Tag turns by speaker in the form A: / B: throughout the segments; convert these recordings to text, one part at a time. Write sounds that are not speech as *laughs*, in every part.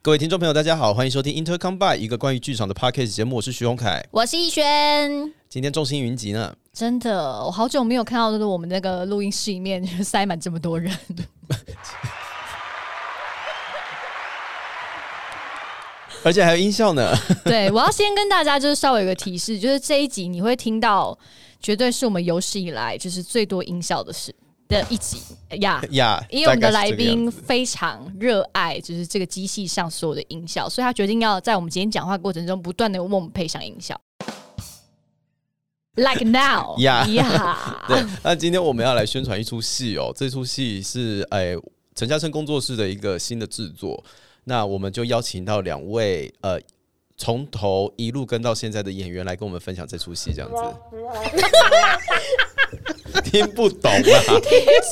A: 各位听众朋友，大家好，欢迎收听 Intercom by 一个关于剧场的 podcast 节目，我是徐宏凯。
B: 我是逸轩。
A: 今天众星云集呢，
B: 真的，我好久没有看到，就是我们那个录音室里面 *laughs* 就是塞满这么多 *laughs* 人。
A: 而且还有音效呢。 *laughs*
B: 对，我要先跟大家就是稍微有个提示，就是这一集你会听到，绝对是我们有史以来就是最多音效的事的一 *laughs* 集呀。
A: 呀、
B: 因为我们的
A: 大概
B: 来
A: 是这个样
B: 宾非常热爱，就是这个机器上所有的音效，所以他决定要在我们今天讲话过程中不断的为我们配上音效，like now，
A: Yeah
B: 呀 *laughs*
A: 对，那今天我们要来宣传一出戏哦，这出戏是哎陈嘉诚工作室的一个新的制作，那我们就邀请到两位呃。从头一路跟到现在的演员来跟我们分享这出戏，这样子听不懂啦，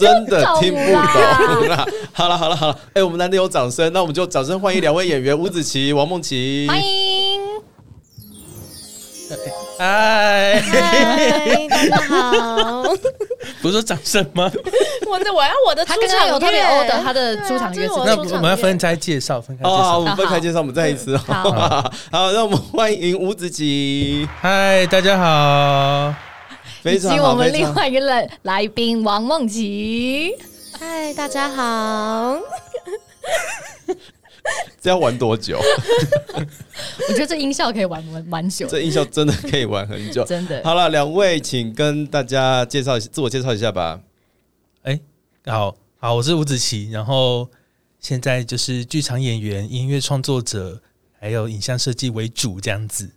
A: 真的听不懂啊啦。好了好了好了，哎、我们难得有掌声，那我们就掌声欢迎两位演员吴子琪、王梦琪。
B: 欢迎。
C: 嗨，
D: 嗨，大家好。
C: 不是说掌声吗？
D: 我的我要我
B: *laughs*
D: 的
B: 他
D: 出
B: 刚刚
D: 场
B: 有特别
D: 乐
B: order 他的
D: 对啊
B: 出场乐
D: 这是
B: 是
D: 我
B: 什
D: 的
C: 那
B: 么
D: 出
C: 我
D: 场
C: 们要
D: 乐
C: 分开介绍，分开介
A: 哦，好，我
C: 绍。
A: 们分开介绍，我们再一次哦。
B: 好
A: *laughs* 好，那我们欢迎吴子
B: *laughs*
A: 琪。
C: 嗨，哎大家好。
A: 非
B: 以
A: 常
B: 及
A: 好，
B: 我们
A: 非常
B: 另外一个来来宾王梦琪，
D: 嗨，大家好。
A: 这要玩多
B: *laughs*
A: 久？
B: 我觉得这音效可以玩玩玩久，
A: 这音效真的可以玩很
B: *laughs*
A: 久。
B: 真的。
A: 好了，两位，请跟大家介绍一自我介绍一下吧。
C: 哎、好好，我是吴子琪，然后现在就是剧场演员、音乐创作者，还有影像设计为主这样子。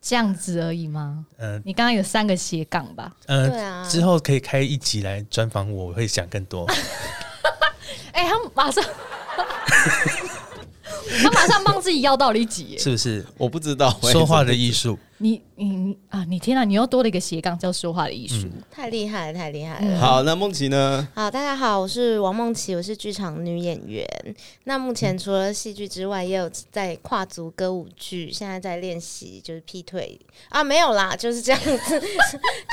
B: 这样子而已吗？
C: 嗯、
B: 你刚刚有三个斜杠吧？
C: 嗯、
D: 对啊
C: 之后可以开一集来专访我，我会讲更
D: *laughs*
C: 多。
B: 哎、他马上， *laughs* 他马上帮自己要到了一集耶。
C: 是不是？
A: 我不知道
C: *laughs* 说话的艺
A: 术，
C: 术，
B: 你你你啊，你天啊，你又多了一个斜杠叫说话的艺术。
D: 太厉害了，太厉害
B: 嗯
D: 了。
A: *laughs* 好，那梦琪呢？
D: 好，大家好，我是王梦琪，我是剧场女演员。那目前
B: 嗯
D: 除了戏剧之外，也有在跨足歌舞剧，现在在练习就是劈腿啊，没有啦，就是这样
B: *laughs*
D: 子，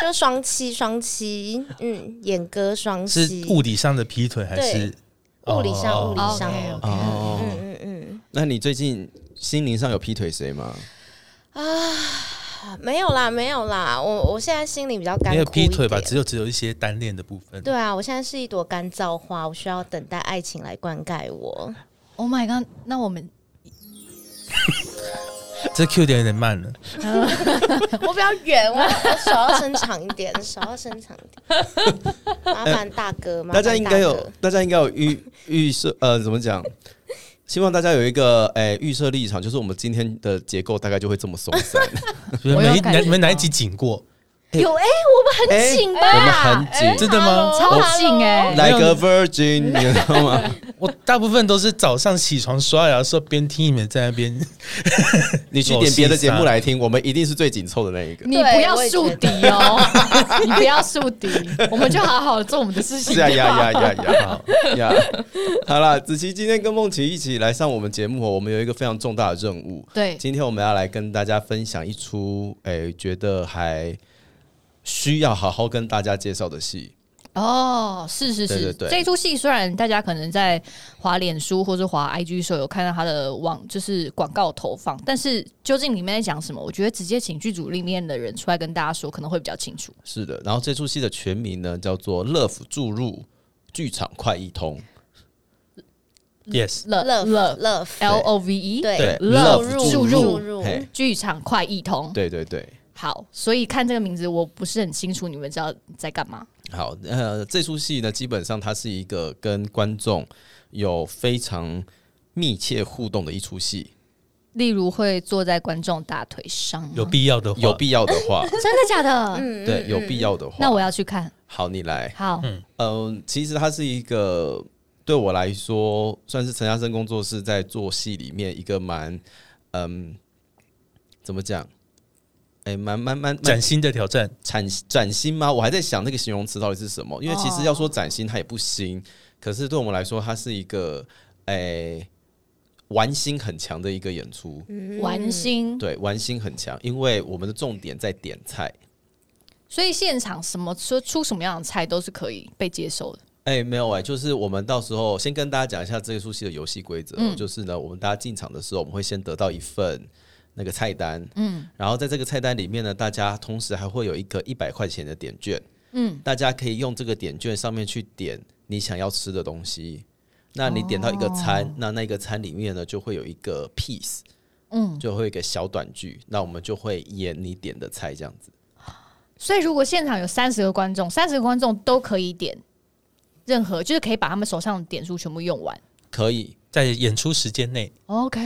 D: 就双栖双栖，嗯，演歌双
C: 是
D: 栖，
C: 物理上的劈腿还是
D: 物理上
C: 哦
D: 物理
C: 哦
D: 上
B: OK，OK
A: 哦，
D: 嗯嗯嗯。
A: 那你最近心灵上有劈腿谁吗？
D: 啊没有啦，没有啦，我我现在心里比较干枯
C: 没有劈腿吧？
D: 一点
C: 只有只有一些单恋的部分。
D: 对啊，我现在是一朵干燥花，我需要等待爱情来灌溉我。
B: Oh my god！那
A: *laughs*
B: 我们
C: 这 Q 点有点慢
D: *laughs*
C: 了。
D: *laughs* 我比较远，我我手要伸长一点，手要伸长一点。麻烦大哥，麻
A: 大
D: 烦
A: 家应该有
D: 哥，
A: 大家应该有预 *laughs* 预设，呃，怎么讲？希望大家有一个诶预设立场，就是我们今天的结构大概就会这么松散。
C: 所以
B: 我
C: 每
B: 有
C: 一
B: 感
C: 哪
B: 觉
C: 你们哪一
B: 到
C: 集紧过？
B: 有哎、
A: 哎
B: *laughs* 很紧吧？
A: 我们很紧
C: 真的吗？
B: 超紧哎、
A: 来个 virgin，你知道吗？
C: 我大部分都是早上起床刷牙的时候，边听你们在那边，
B: 嗯
A: 你去点别的节目来听，我们一定是最紧凑的那一个。
B: 你不要树敌哦， *laughs* 你不要树敌，我们就好好做我们的事情。
A: 是啊呀呀呀呀呀！好啦，子琪今天跟梦琪一起来上我们节目哦，我们有一个非常重大的任务。
B: 对，
A: 今天我们要来跟大家分享一出，诶、觉得还需要好好跟大家介绍的戏。
B: 哦，是是
A: 对
B: 是，
A: 对对
B: 这一出戏虽然大家可能在滑脸书或是滑 IG 的时候有看到它的网就是广告投放，但是究竟里面在讲什么，我觉得直接请剧组里面的人出来跟大家说，可能会比较清楚。
A: 是的，然后这出戏的全名呢叫做《乐府注入剧场快一通》。
C: yes，
B: Love
D: love
B: Love
D: love，
B: L O V E
A: 对
D: 对
A: love
B: 注入
D: 注入
A: 嘿
B: 剧场快一通。
A: 对对对，
B: 好，所以看这个名字我不是很清楚，你们知道在干嘛？
A: 好，呃，这出戏呢，基本上它是一个跟观众有非常密切互动的一出戏。
B: 例如会坐在观众大腿上吗，
C: 有必要的话，
A: 有必要的话，
B: 真的假的？
D: 嗯
A: 对，有必。
D: 嗯嗯
A: 要的话，
B: 那我要去看。
A: 好，你来。
B: 好，
A: 嗯，其实它是一个对我来说，算是陈嘉生工作室在做戏里面一个蛮，嗯，怎么讲？哎、蛮蛮蛮蛮
C: 崭新的挑战，
A: 崭崭新吗？我还在想那个形容词到底是什么，因为其实要说崭新，它也不新，可是对我们来说，它是一个诶、玩心很强的一个演出。
B: 嗯玩心。
A: 对，玩心很强，因为我们的重点在点菜。
B: 所以现场什么出出什么样的菜都是可以被接受的。
A: 哎、没有哎、就是我们到时候先跟大家讲一下这一出戏的游戏规则哦、
B: 嗯
A: 就是呢，我们大家进场的时候，我们会先得到一份那个菜单，嗯，然后在这个菜单里面呢，大家同时还会有一个一百块钱的点券，嗯，大家可以用这个点券上面去点你想要吃的东西。那你点到一个餐，那那个餐里面呢就会有一个 piece，嗯，就会有一个小短剧，那我们就会演你点的菜这样子。
B: 所以如果现场有三十个观众，三十个观众都可以点任何，就是可以把他们手上的点数全部用完。
A: 可以
C: 在演出时间内，
B: OK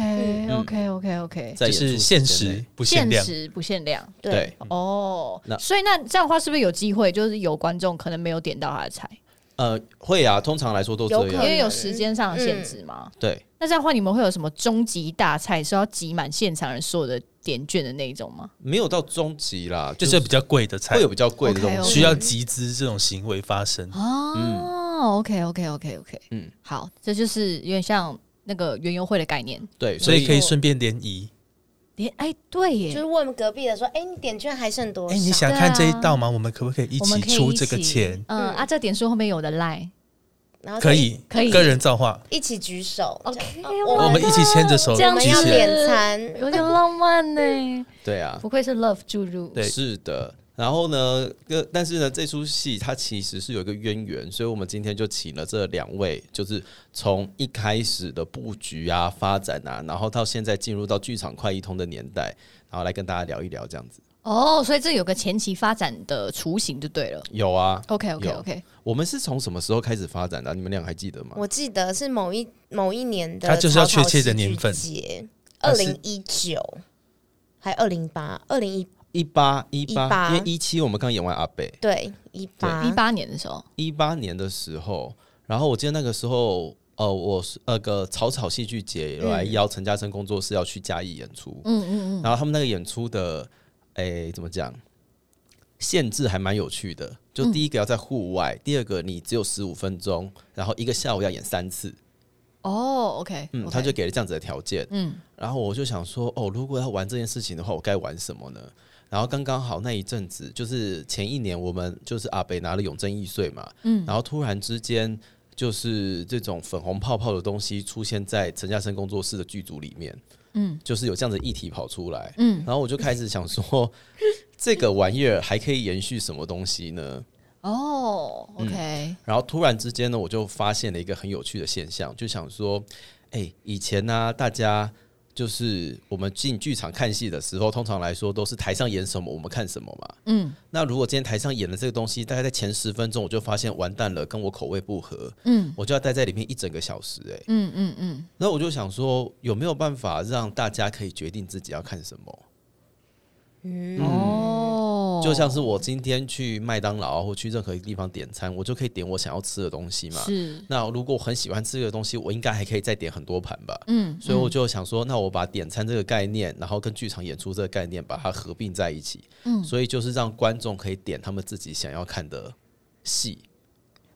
B: OK OK OK，
A: 在
C: 就
A: 演出
C: 是限
A: 时间内
C: 时不限
B: 嗯限
C: 量，
B: 时不限量
A: 对，
B: 哦
A: 那。
B: 所以那这样的话，是不是有机会就是有观众可能没有点到他的菜，嗯
A: 呃，会啊，通常来说都
D: 有
A: 这
D: 可
B: 因
A: 样，
B: 为有时间上的限制嘛？
A: 对。
B: 那这样的话，你们会有什么终极大菜是要挤满现场人所有的点券的那一种吗？
A: 没有到终极啦，
C: 就
A: 就是
C: 是比较贵的菜
A: 会，有比较贵的东
B: OK，OK
A: 西。
C: 需要集资这种行为发生。
B: 哦、o k OK OK OK，嗯
A: 嗯，
B: 好，这就是有点像那个园游会的概念。
A: 对，
C: 所
A: 所
C: 以
A: 以
C: 可以顺便联谊。
B: 连哎，对
D: 就
B: 耶
D: 是，问隔壁的说，哎、你点券还剩多
C: 哎、
D: 少？
C: 你想看这一道吗？我们可不可以一
B: 啊我们
C: 起
B: 可以
C: 出
B: 一
C: 这个
B: 起
C: 钱？
B: 嗯啊，这点数后面有的赖。
D: 然后
C: 可
D: 就
C: 以，
B: 可以
C: 个人造化，
D: 一起举手。这
B: OK，
D: 样哦
C: 我们一起牵着手
B: 这样
D: 我
B: 子
D: 们要
C: 举起来。
D: 点餐，
B: 有点浪漫呢，
A: 对啊，
B: 不愧是 Love 注入。
C: 对
A: 是的。然后呢，呃，但是呢，这出戏它其实是有一个渊源，所以我们今天就请了这两位，就是从一开始的布局啊、发展啊，然后到现在进入到剧场快一通的年代，然后来跟大家聊一聊这样子。
B: 哦，所以这有个前期发展的雏形就对了。
A: 有啊，
B: OK OK OK，
A: 我们是从什么时候开始发展的啊、你们俩还记得吗？
D: 我记得是某一某一年的，
C: 他就是要确切的年份他
D: 二
C: 是
D: 零一九，还二零八，二零一
A: 一八一
D: 18
A: 八，因为一七我们刚演完阿北，
D: 对一八
B: 一八年的时候，
A: 一八年的时候，然后我记得那个时候，呃，我是那个草草戏剧节有来邀陈嘉生工作室要去嘉义演出，嗯嗯嗯，然后他们那个演出的，诶、怎么讲？限制还蛮有趣的，就第一个要在户外，第二个你只有十五分钟，然后一个下午要演三次，
B: 哦，OK，
A: 嗯
B: OK
A: 他就给了这样子的条件，
B: 嗯，
A: 然后我就想说，哦，如果要玩这件事情的话，我该玩什么呢？然后刚刚好那一阵子，就是前一年我们就是阿北拿了永贞易碎嘛，嗯，然后突然之间就是这种粉红泡泡的东西出现在陈嘉生工作室的剧组里面，嗯，就是有这样子的议题跑出来，嗯，然后我就开始想说， *laughs* 这个玩意儿还可以延续什么东西呢？
B: 哦，OK，
A: 嗯然后突然之间呢，我就发现了一个很有趣的现象，就想说，哎、以前呢、大家就是我们进剧场看戏的时候，通常来说都是台上演什么，我们看什么嘛。
B: 嗯，
A: 那如果今天台上演的这个东西，大概在前十分钟，我就发现完蛋了，跟我口味不合，
B: 嗯，
A: 我就要待在里面一整个小时、哎，
B: 嗯嗯嗯，
A: 那我就想说，有没有办法让大家可以决定自己要看什么？
D: 嗯
B: 哦，
A: 就像是我今天去麦当劳或去任何一个地方点餐，我就可以点我想要吃的东西嘛。
B: 是，
A: 那如果我很喜欢吃这个东西，我应该还可以再点很多盘吧。
B: 嗯，
A: 所以我就想说，那我把点餐这个概念，然后跟剧场演出这个概念，把它合并在一起。嗯，所以就是让观众可以点他们自己想要看的戏。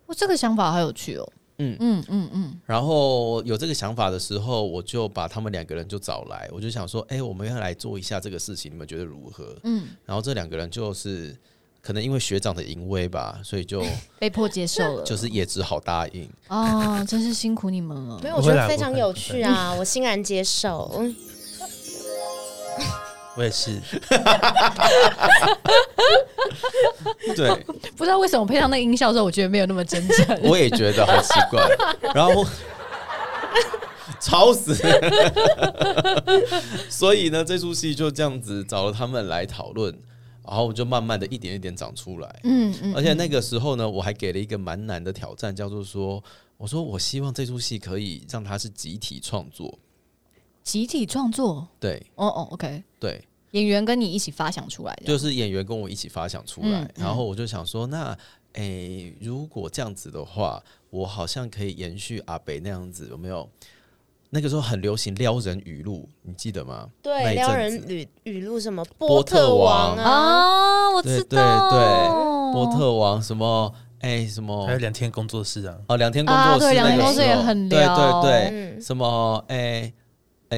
B: 我嗯哦这个想法好有趣哦。
A: 嗯
B: 嗯嗯嗯，
A: 然后有这个想法的时候，我就把他们两个人就找来，我就想说，哎、我们要来做一下这个事情，你们觉得如何？嗯，然后这两个人就是可能因为学长的淫威吧，所以就 *laughs*
B: 被迫接受了，
A: 就是也只好答应。
B: 啊，真是辛苦你们了
D: 没。有，我
C: 我
D: 觉
C: 会
D: 得
C: 来
D: 非
C: 我
D: 常
C: 会
D: 有趣啊，我欣然接受。嗯
C: 我也是，
A: 对，
B: *laughs* 不知道为什么配上那个音效之后，我觉得没有那么真诚。
A: *laughs* 我也觉得好奇怪，然后 *laughs* 吵死。 *laughs* 所以呢，这出戏就这样子找了他们来讨论，然后就慢慢的一点一点长出来。
B: *laughs* 嗯嗯，
A: 而且那个时候呢，我还给了一个蛮难的挑战，叫做说，我说我希望这出戏可以让它是集体创作，
B: 集体创作，
A: 对
B: 哦哦，OK，
A: 对，
B: 演员跟你一起发想出来的，
A: 就是演员跟我一起发想出来，
B: 嗯嗯
A: 然后我就想说，那诶、如果这样子的话，我好像可以延续阿北那样子，有没有？那个时候很流行撩人语录，你记得吗？那
D: 对，
A: 一
D: 撩
A: 阵
D: 人
A: 子
D: 语语录什么
A: 波
D: 波特
A: 特
D: 王
A: 王
D: 啊，
B: 啊，我知道，
A: 对对
B: 哦
A: 波特王什么？哎、什么
C: 还？有两天工作室啊，
A: 哦，两天工
B: 啊，
A: 作
B: 对，
A: 室那
B: 两
A: 个时
B: 天
A: 候，
B: 公司也很
A: 对
B: 聊，
A: 对对，
D: 嗯，
A: 什么？哎、哎、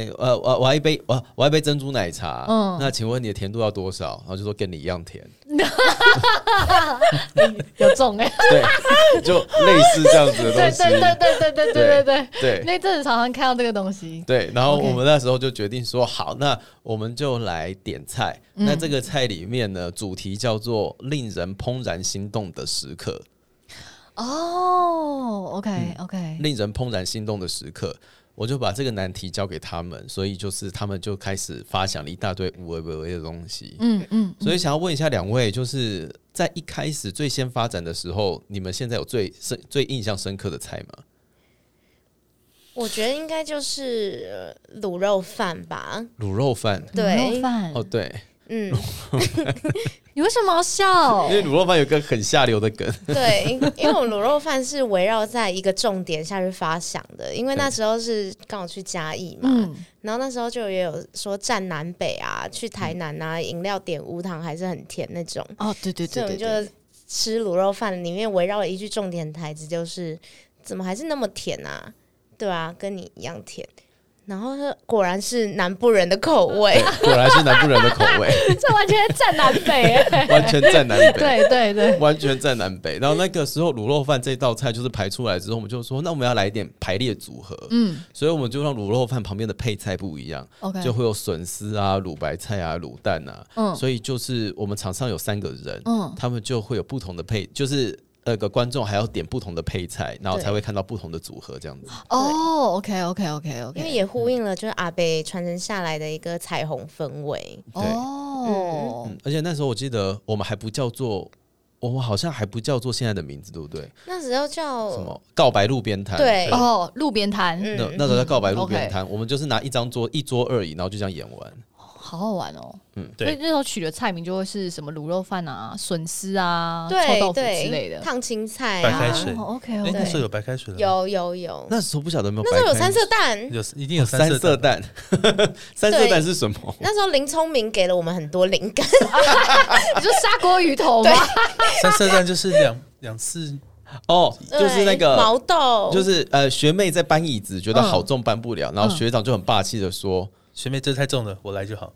A: 哎，呃，我我要一杯，我我要一杯珍珠奶茶。
B: 嗯
A: 那请问你的甜度要多少？然后就说跟你一样甜，
B: 有中
A: *laughs*
B: 哎、
A: 对，就类似这样子的东
B: 对
A: 西。
B: 对对对对对对对对，
A: 对
B: 那阵子常常看到这个东西，
A: 对，然后
B: OK
A: 我们那时候就决定说，好，那我们就来点菜。那这个菜里面呢，主题叫做令人怦然心动的时刻，
B: 哦，OK
A: 嗯
B: OK，
A: 令人怦然心动的时刻。我就把这个难题交给他们，所以就是他们就开始发想了一大堆无为不为的东西。
B: 嗯嗯，
A: 所以想要问一下两位，就是在一开始最先发展的时候，你们现在有最深、最印象深刻的菜吗？
D: 我觉得应该就是呃卤肉饭吧。
A: 卤肉饭。
D: 对
B: 卤肉饭
A: 哦，，对，
D: 嗯，
B: 你为什么要笑
A: 因？为卤肉饭有个很下流的梗， *laughs*
D: 对，因因为我卤肉饭是围绕在一个重点下去发想的，因为那时候是刚好去嘉义嘛，
B: 嗯，
D: 然后那时候就也有说站南北啊，去台南啊，饮料点无糖还是很甜那种，
B: 哦，对对
D: 所以
B: 对
D: 我
B: 对
D: 们就
B: 对，
D: 吃卤肉饭里面围绕了一句重点台词，就是怎么还是那么甜啊？对啊，跟你一样甜。然后说果然是南部人的口味 *laughs*
A: 对，果然是南部人的口味，
B: *laughs* 这完全占南北、欸，
A: 完全在南北。
B: *laughs* 对对对，
A: 完全在南北，然后那个时候卤肉饭这道菜就是排出来之后，我们就说那我们要来一点排列组合，
B: 嗯
A: 所以我们就让卤肉饭旁边的配菜不一样，
B: ，OK，
A: 就会有笋丝啊、卤白菜啊、卤蛋啊，
B: 嗯
A: 所以就是我们场上有三个人，
B: 嗯
A: 他们就会有不同的配，就是那个观众还要点不同的配菜，然后
D: 对
A: 才会看到不同的组合这样子。
B: 哦，OK OK OK OK，
D: 因为也呼应了就是阿北传承下来的一个彩虹氛围。
A: 对嗯
B: 哦
A: 嗯，而且那时候我记得我们还不叫做，我们好像还不叫做现在的名字，对不对？
D: 那时候叫
A: 什么告白路边摊？
D: 对
B: 哦，路边摊，
D: 嗯
A: 那那时候叫告白路
B: OK
A: 边摊，我们就是拿一张桌一桌而已，然后就这样演完。
B: 好好玩哦。
A: 嗯
B: 所以
C: 对，
B: 那时候取的菜名就会是什么卤肉饭啊、笋丝啊、臭
D: 对
B: 豆腐
D: 对
B: 之类的。
D: 烫青菜
C: 白
D: 啊
C: 开，水
B: OK
C: 哎，那时
B: OK，
C: 候有白开水了吗，
D: 有有有，
A: 那时候不晓得有没有白
D: 那时
A: 开
D: 候
A: 水，
D: 有三色蛋。
C: 有一定有
A: 哦三
C: 色
A: 色
C: 的，
A: 蛋，三色蛋是什么？
D: 那时候林聪明给了我们很多灵感，
B: 你就砂锅鱼头吗？
C: 三色蛋就是两两次
A: 哦，就是那
D: 对
A: 个，
D: 毛豆，
A: 就是呃，学妹在搬椅子，觉得好重搬不了，然后
B: 嗯
A: 学长就很霸气的说，
C: 学妹这太重了，我来就好，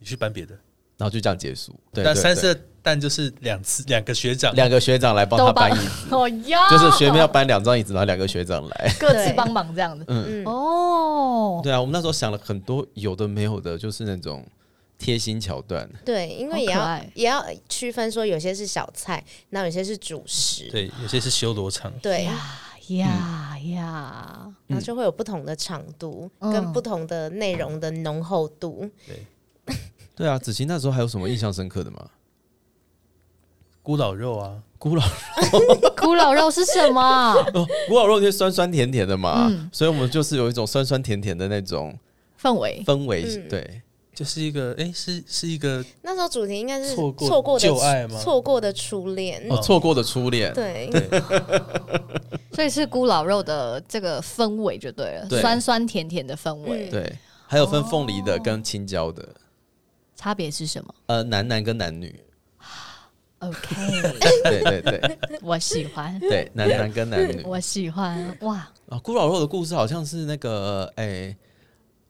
C: 你去搬别的。
A: 然后就这样结束。对，
C: 但
A: 对
C: 三
A: 对
C: 色蛋就是两次两个学长，
A: 两个学长来帮他
B: 都
A: 搬
B: 帮
A: 椅子，
B: *laughs* 哦呀，
A: 就是学妹要搬两张椅子，然后两个学长 *laughs* 来。
B: 各自帮忙这样子。
A: 嗯，
D: 嗯，
B: 哦，
A: 对啊，我们那时候想了很多有的没有的，就是那种贴心桥段。
D: 对，因
B: 好
D: 为也
B: 可
D: 要
B: 爱
D: 也要区分说有些是小菜，那有些是主食，
C: 对，有些是修罗场，
D: 对，
B: 呀呀
A: 嗯
B: 呀！
D: 然
C: 嗯
D: 后就会有不同的长度
B: 嗯
D: 跟不同的内容的浓厚度。
A: 对啊，子晴那时候还有什么印象深刻的吗？
C: 咕老肉啊，
A: 古老
B: 古老肉是什么？
A: 哦，古老肉就是酸酸甜甜的嘛，
B: 嗯
A: 所以我们就是有一种酸酸甜甜的那种
B: *laughs* 氛围
A: 氛围。
D: 嗯
A: 对，
C: 就是一个哎、是是一个
D: 那时候主题应该是
C: 错过
D: 错过的
C: 旧爱吗
D: 错过的初恋，
A: 哦，错过的初恋，
D: 嗯对，
B: 所以是咕老肉的这个氛围就对了，
A: 对
B: 酸酸甜甜的氛围，
D: 嗯
A: 对，还有分凤梨的跟青椒的，
B: 差别是什么
D: 哦
A: 呃，男男跟男女， *laughs*
B: ？OK， *laughs*
A: 对对对
B: 我喜欢，
A: 对，男男跟男女。
B: 我喜欢，哇，
A: 啊，古老肉的故事好像是那个，哎、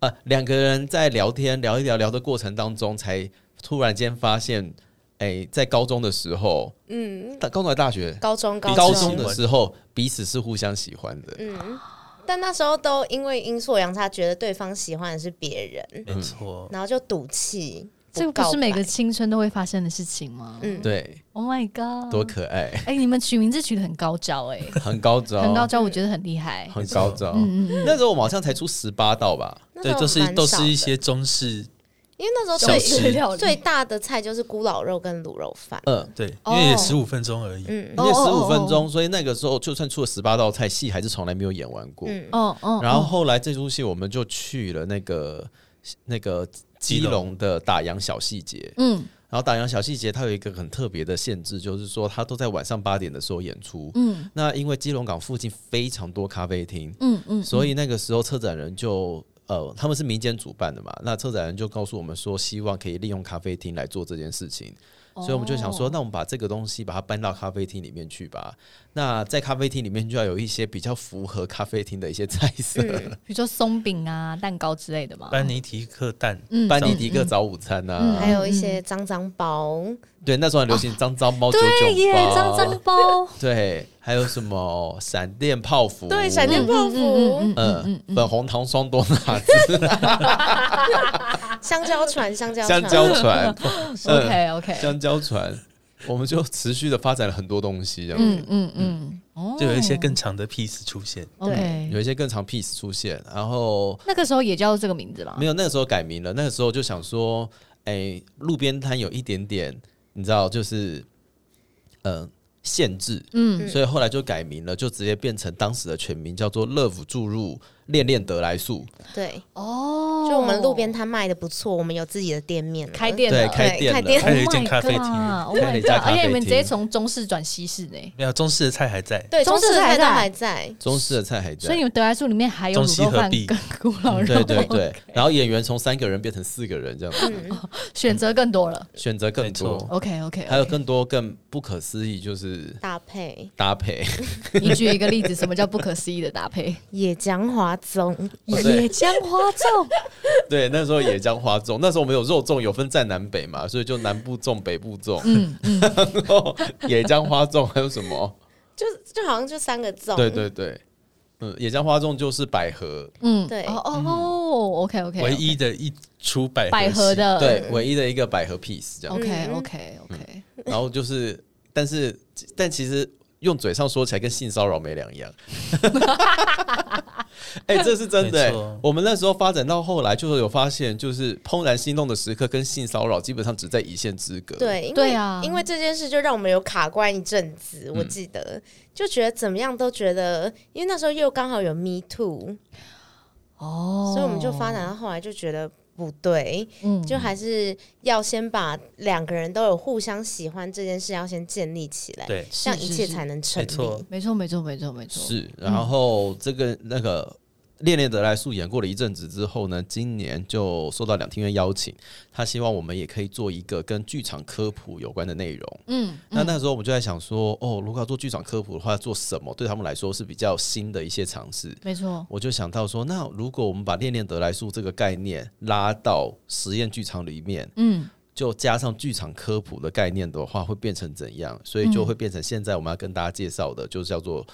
A: 呃，两个人在聊天聊一聊聊的过程当中，才突然间发现，哎、在高中的时候，
D: 嗯，
A: 大高中还是大学
D: 高中
A: 高
C: 高
A: 中
C: 中
A: 的时候，彼此是互相喜欢的。
D: 嗯，但那时候都因为阴错阳差，觉得对方喜欢的是别人，
C: 没错，
D: 然后就赌气，
B: 这个不
D: 告
B: 是每个
D: 白
B: 青春都会发生的事情吗？
D: 嗯，
A: 对，
B: Oh my god！
A: 多可爱，
B: 哎、你们取名字取的很高招哎、 *laughs*
A: 很高招，
B: 很高招，我觉得很厉害。
A: 啊很高招。
B: 嗯嗯嗯，
A: 那时候我们好像才出十八道吧，
D: 那时
C: 对，
D: 候
C: 都是
D: 蛮
C: 都
D: 少
C: 是
D: 的
C: 一些中式，
D: 因为那时候
C: 小
D: 最
C: 吃
B: 料理
D: 最大的菜就是咕老肉跟卤肉饭，
A: 嗯，
C: 对，
B: 哦
C: 因为也十五分钟而已。
D: 嗯
A: 因为
B: 哦哦
A: 十
B: 哦
A: 五
B: 哦
A: 分钟，所以那个时候就算出了十八道菜，戏还是从来没有演完过。
D: 嗯，
B: 哦哦，
A: 然后后来这出戏我们就去了那个那个基
C: 基隆
A: 隆的打烊小细节，
B: 嗯
A: 然后打烊小细节它有一个很特别的限制，就是说它都在晚上八点的时候演出。
B: 嗯
A: 那因为基隆港附近非常多咖啡厅，
B: 嗯嗯，
A: 所以那个时候策展人就呃他们是民间主办的嘛，那策展人就告诉我们说，希望可以利用咖啡厅来做这件事情。
B: 哦
A: 所以我们就想说，那我们把这个东西把它搬到咖啡厅里面去吧。那在咖啡厅里面就要有一些比较符合咖啡厅的一些菜色，
B: 比如说松饼啊、蛋糕之类的嘛。
C: 班尼提克蛋，
B: 嗯
A: 班尼迪克早午餐
B: 嗯
A: 啊，
D: 还有一些脏脏包，
A: 对，那时候很流行脏脏猫九
B: 对耶
A: 九，
B: 脏
A: 包
B: 脏，包，
A: 对，还有什么闪电泡芙，
D: *laughs* 对，闪
B: 嗯
D: 电泡芙、
A: 呃，粉红糖双多拿子、
B: *laughs* 嗯
D: 香蕉船、香蕉
A: 香蕉
B: *laughs*
A: 船、呃
B: OK OK，
A: 香蕉船，我们就持续的发展了很多东西，这样。
B: 嗯嗯嗯，哦
C: 就有一些更长的 piece 出现。
B: OK。
A: 有一些更长 piece 出现，然后
B: 那个时候也叫这个名字啦
A: 没。有，那个时候改名了。那个时候就想说，哎、路边摊有一点点，你知道，就是嗯、呃限制，嗯，所以后来就改名了，就直接变成当时的全名叫做 Love 注入恋恋得来速，
D: 对，
B: 哦
D: 就我们路边摊卖的不错，我们有自己的店面了
B: 开店
A: 对，
B: 了，
A: 开店
D: 开
A: 了，
D: 店
C: 开了一间咖啡厅
B: Oh
A: 开了
B: my
A: 一
B: god！
A: 家咖啡
B: 而
A: 厅
B: 且你们直接从中式转西式呢，
C: 没有中式的菜还在，
D: 对，
B: 中
D: 中
B: 式
D: 式
B: 还
D: 菜都
B: 在
D: 还在，
A: 中式的菜还在
B: 所以。你们德莱素里面还有
C: 中
B: 卤
C: 西
B: 肉
C: 合
B: 饭
C: 璧
B: 跟古老肉
A: 嗯对，对
B: 哦
A: 对，然后演员从三个人变成四个人，这样子
B: 选择更多了。
A: 选择更
C: 没
A: 多
C: 错，
B: OK OK，
A: 还有更多更不可思议，就是
D: 搭配
A: 搭配。 *laughs*
B: 你举一个例子，什么叫不可思议的搭配？
D: 野姜华棕，
A: 对
B: 野姜花粽，
A: 对，那时候也江花粽，那时候我们有肉粽，有分在南北嘛，所以就南部粽、北部粽，嗯， *laughs* 然后野江花粽还有什么？
D: *laughs* 就就好像就三个粽，
A: 对对对，嗯，野江花粽就是百合，
B: 嗯，
D: 对
B: 哦哦，OK OK，
C: 唯一的一出百合
B: 百合
C: 系
B: 的，
A: 对，唯一的一个百合 piece 这样，
B: ，OK OK
D: 嗯
B: OK，
A: 然后就是，但是但其实用嘴上说起来跟性骚扰没两样。 *laughs* 哎、这是真的、
C: 没
A: 欸
C: 错。
A: 我们那时候发展到后来，就是有发现，就是怦然心动的时刻跟性骚扰基本上只在一线之隔。
D: 对，因为
B: 对啊
D: 因为这件事就让我们有卡关一阵子，
A: 嗯
D: 我记得、就觉得怎么样都觉得，因为那时候又刚好有 Me Too，、
B: 哦，
D: 嗯所以我们就发展到后来就觉得。不对，
B: 嗯
D: 就还是要先把两个人都有互相喜欢这件事要先建立起来，
C: 对，
D: 这样
B: 是
D: 一
B: 是
D: 切
B: 是
D: 才能成
C: 没
D: 立。
C: 错，
B: 没错没错没错没错，
A: 是，然后这个那个《恋恋德莱素》演过了一阵子之后呢，今年就受到两厅院邀请，他希望我们也可以做一个跟剧场科普有关的内容。
B: 嗯，
A: 那那时候我们就在想说，哦，如果要做剧场科普的话，做什么对他们来说是比较新的一些尝试？
B: 没错，
A: 我就想到说，那如果我们把恋恋得来速这个概念拉到实验剧场里面，
B: 嗯，
A: 就加上剧场科普的概念的话，会变成怎样？所以就会变成现在我们要跟大家介绍的，就叫做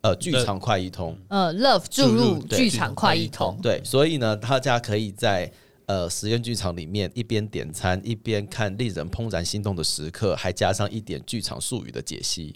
A: 呃剧场快一通。
B: 呃，Love 注入
A: 注入对
B: 剧场快一通，
A: 对，所以呢，大家可以在呃实验剧场里面一边点餐，一边看令人怦然心动的时刻，还加上一点剧场术语的解析。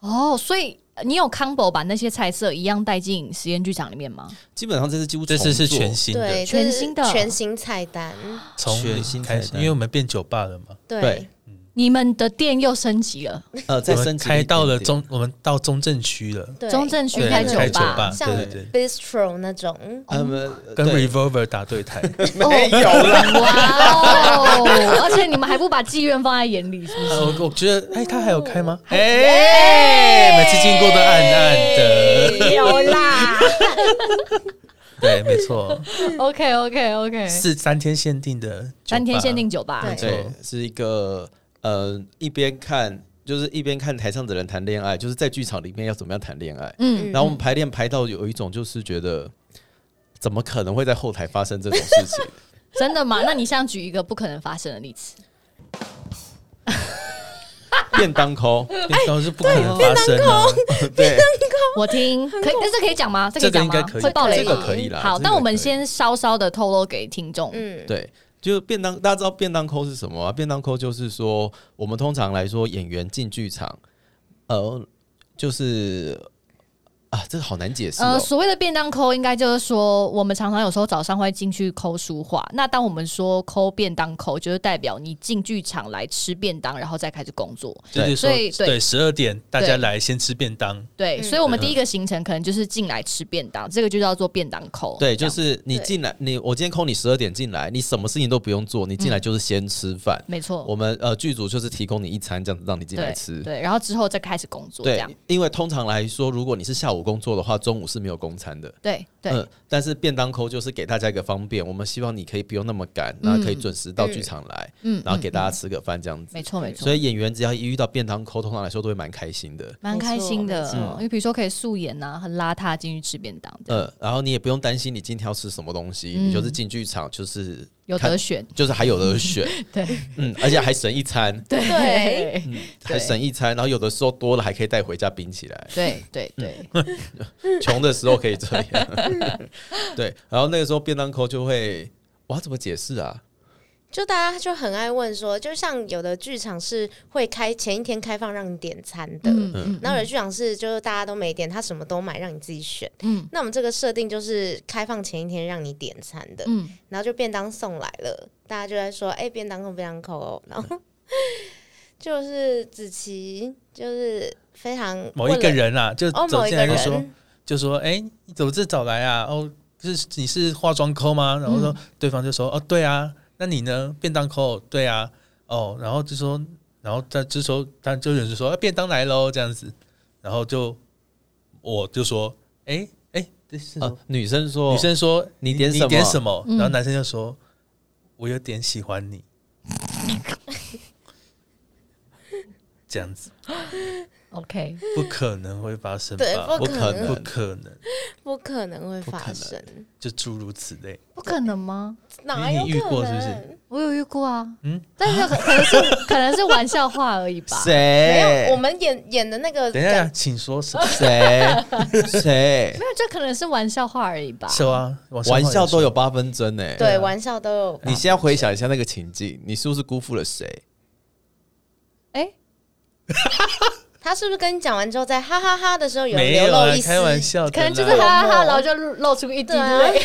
B: 哦，所以你有 combo 把那些菜色一样带进实验剧场里面吗？
A: 基本上这次几乎
C: 这次是
A: 重做
C: 全新的，
D: 对，
B: 全
D: 这是
B: 新的
D: 全新菜单，
C: 从
A: 全新
C: 开
A: 菜
C: 始，
A: 单
C: 因为我们变酒吧了嘛，
A: 对
D: 对，
B: 你们的店又升级了，
A: 呃，在
C: 我
A: 升
C: 们
A: 级
C: 开
A: 一
C: 到
A: 点
C: 了
A: 点
C: 中，我们到中正区了，
D: 对
B: 中正区
C: 对
B: 开
D: 酒
C: 开酒
B: 吧
C: 吧，，
D: 像
C: 对对
D: bistro 那种，
A: 呃们
C: 对，跟
A: 对
C: Revolver 打对
A: *laughs*
C: 台，
A: 没有啦，
B: 哇哦！ *laughs* 而且你们还不把妓院放在眼里，是不
C: 啊
B: 是？
C: 我我觉得， *laughs* 哎，他还有开吗？哎，每次经过都暗暗的，
B: *laughs*
D: 有啦，
C: 对，没错，
B: OK OK OK，
C: 是三天限定的酒吧，
B: 三天限定酒吧，
D: 对
A: 对，是一个呃一边看。就是一边看台上的人谈恋爱，就是在剧场里面要怎么样谈恋爱。
B: 嗯
A: 然后我们排练排到有一种就是觉得，怎么可能会在后台发生这种事情？
B: 真的吗？那你像举一个不可能发生的例子，
A: 便当抠，
C: 便当是不可
B: 哎
C: 能发生啊的，
A: 对，
B: 我听可以，但是可以讲吗？这可以
C: 这个
B: 讲
C: 应该
B: 吗
C: 可？以
B: 会爆雷
A: 这
B: 吗
A: 个？可以啦。这
B: 好，
A: 个
B: 但我们
A: 可以
B: 先稍稍的透露给听众，
D: 嗯，
A: 对，就便当，大家知道便当抠是什么吗？便当抠就是说，我们通常来说，演员进剧场，呃，就是啊，这个好难解释哦
B: 呃，。所谓的便当抠，应该就是说，我们常常有时候早上会进去抠书画。那当我们说抠便当抠，就是代表你进剧场来吃便当，然后再开始工作。
C: 就是
B: 所以
C: 说，
B: 对
C: 对，十二点大
B: 对
C: 家来先吃便当，
B: 对，
D: 嗯
B: 所以我们第一个行程可能就是进来吃便当，这个就叫做便当抠。
A: 对，就
B: 这样
A: 是你
D: 对
A: 进来，你我今天抠你十二点进来，你什么事情都不用做，你
B: 嗯
A: 进来就是先吃饭。
B: 没错。
A: 我们呃剧组就是提供你一餐，这样子让你进来
B: 哦对
A: 吃。
B: 对，然后之后再开始工作，这
A: 对
B: 样，
A: 因为通常来说，如果你是下午工作的话，中午是没有公餐的。
B: 对对
A: 嗯，但是便当抠就是给大家一个方便，我们希望你可以不用那么赶，然后可以准时到剧场来，
B: 嗯，
A: 然后给大家
B: 嗯，
A: 吃个饭这样子。
B: 没错没错，
A: 所以演员只要一遇到便当抠，通常来说都会蛮开心的。
B: 蛮开心
D: 没
B: 的，
D: 错
A: 没错
B: 嗯因为比如说可以素颜呐、很邋遢进去吃便当，这样
A: 呃，然后你也不用担心你今天要吃什么东西，
B: 嗯
A: 你就是进剧场就是
B: 有
A: 看
B: 得选，
A: 就是还有的选，
B: 对
A: 嗯，而且还省一餐，
B: 对
D: 对
A: 还省一餐，然后有的时候多了还可以带回家冰起
B: *laughs*
A: 来，
B: 对对对，
A: 嗯穷的时候可以这样。对，然后那个时候便当扣就会，我要怎么解释啊？
D: 就大家就很爱问说，就像有的剧场是会开前一天开放让你点餐的，
B: 嗯嗯
D: 然后有的剧场是就是大家都没点，他什么都买让你自己选。
B: 嗯
D: 那我们这个设定就是开放前一天让你点餐的，
B: 嗯，
D: 然后就便当送来了，大家就在说，哎、便当扣便当扣哦，然后 *laughs* 就是子琪就是非常
C: 某一个人啊，就
D: 哦，某
C: 走
D: 一
C: 进
D: 个
C: 来就说
D: 人，
C: 就说，哎、你怎么这早来啊？哦，是你是化妆抠吗？然后说、对方就说，哦，对啊，那你呢？便当抠，对啊，哦，然后就说，然后他就说，他就有人就说，啊、便当来喽，这样子，然后就我就说，哎、哎、这是什么、
A: 啊，女生说，
C: 女生说
A: 你点什
C: 你
A: 么
C: 点什么？
B: 嗯
C: 然后男生就说，我有点喜欢 *laughs* 你，这样子
B: OK，
C: 不可能会发生吧？
D: 对，不
A: 不可
D: 可能，
A: 能
C: 不可能，
D: 不可能会
A: 不可
D: 发
A: 能
D: 生，
C: 就诸如此类。
B: 不可能吗？
D: 哪
C: 你
D: 有
C: 你遇
D: 可
C: 过是不是
D: 能？
B: 我有遇过啊，
C: 嗯
B: 但是可可能是可能是玩笑话而
A: *laughs*
B: 已吧。
D: 没有，我
A: 谁？
D: 们演演的那个，
C: 哎等一下，请说什么？
A: 谁？谁？
B: 没有，这可能是玩笑话而已吧。
C: 是啊，
A: 玩笑都
C: 有
A: 有八分真呢、欸
D: 对，
C: 对啊
D: 玩笑都有。
A: 你现在回想一下那个情境，你是不是辜负了谁？
B: 哎，
D: 他是不是跟你讲完之后，在哈哈哈的时候有
C: 没
D: 流
C: 有
D: 露
C: 啊
D: 一？丝？
C: 开玩
A: 哦
C: 笑的啦，
B: 可能就是哈哈哈，然后就露露出一滴
D: 对啊
B: *laughs* 泪。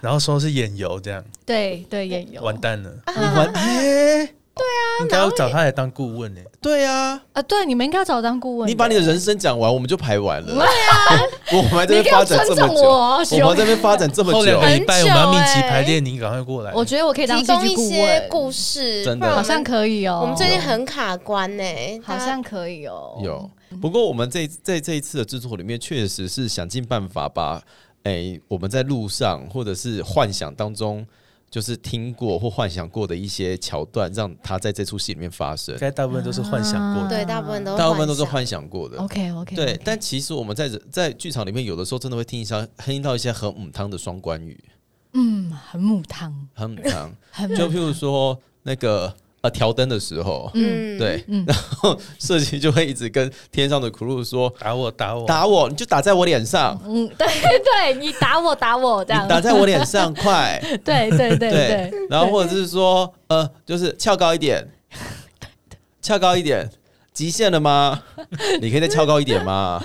C: 然后说是眼油这样，
B: 对对，也有
C: 完蛋了，
A: 你玩？哎、
C: 应该要找他来当顾问呢。欸
A: 对啊，
B: 啊，对，你们应该要找我当顾问。
A: 你把你的人生讲完，我们就排完了。对啊， *laughs* 我们还在这
B: 你给
A: 边
B: 我
A: 发展
B: 尊
A: 这
B: 重
A: 么久，
B: 我哦，
A: 我们还
B: 兄
A: 在这边发展这么
C: 后两
A: 久
C: 个，礼拜我们要
D: 很久
C: 密集
D: 欸
C: 排练，你赶快过来。
B: 我觉得我可以当
D: 提
B: 戏
D: 供
B: 剧
D: 一
B: 顾
D: 些
B: 问，
D: 故事，
A: 真的
D: 不然我
B: 好
D: 们
B: 像可以哦。
D: 我们最近很卡关呢、
B: 好
D: 大家
B: 像可以哦。
A: 有。不过我们这在这一次的制作里面，确实是想尽办法把，哎、我们在路上或者是幻想当中，就是听过或幻想过的一些桥段，让它在这出戏里面发生
C: 应。该大部分都是幻想过的，
D: 对大部分都
A: 大部分都是
D: 幻想
A: 幻想过的。
B: OK OK，
A: 对，但其实我们在在剧场里面，有的时候真的会听一下，听到一些很母汤的双关语，
B: 嗯，很母汤，
A: 很母
B: *laughs*
A: 汤。
B: 很
A: 就
B: 母
A: 譬如说那个呃调灯的时候，
B: 嗯，
A: 对，
B: 嗯
A: 然后设计就会一直跟天上的 crew 说
C: 打我打我，
A: 打我，你就打在我脸上，
B: 嗯， *laughs* 对对，你打我打我这
A: 你
B: 样，
A: 打在我脸上，快！
B: *laughs* 对 *laughs* 对对对，
A: 然后或者是说呃，就是翘高一
B: *laughs*
A: 点，翘高一点。极限了吗？你可以再翘高一点吗？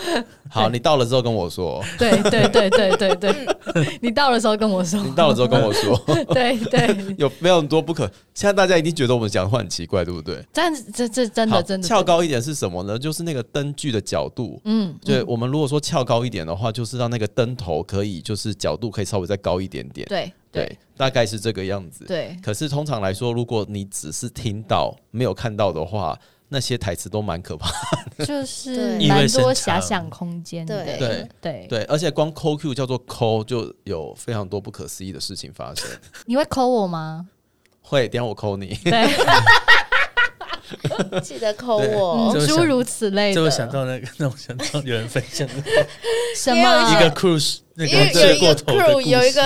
A: 好，你到了之后跟我说。
B: 对对对对对对， *laughs* 你到的时候跟我说
A: 你，到了之后跟我说。
B: *laughs* 对对，
A: 有非常多不可。现在大家一定觉得我们讲话很奇怪，对不对？
B: 但是这这真
A: 好
B: 的真的
A: 翘，高一点是什么呢？就是那个灯具的角度。
B: 嗯，
A: 对，我们如果说翘高一点的话，就是让那个灯头可以，就是角度可以稍微再高一点点。
B: 对对
A: 大概是这个样子。
B: 对，
A: 可是通常来说，如果你只是听到没有看到的话，那些台词都蛮可怕的。
B: 就是
D: 对
B: 蛮多遐想空间的，
D: 对
A: 对
B: 对，
A: 对，而且光抠 Q 叫做抠，就有非常多不可思议的事情发生。
B: 你会抠我吗？
A: 会，等一下我抠你。 *laughs*
B: 对，
D: 记得扣
A: 对
D: 我
C: 这
B: 嗯
C: 个想
B: 诸如此类
C: 这
B: 的，
C: 我想到那个，那我想到有人分享的
B: 什
D: 也
B: 么
D: 有
C: 一个 cruise 那
D: 因为
C: 个
D: 有
C: 睡
D: 一
C: 过
D: 个
C: 头的故
D: crew
C: 事，
D: 有一个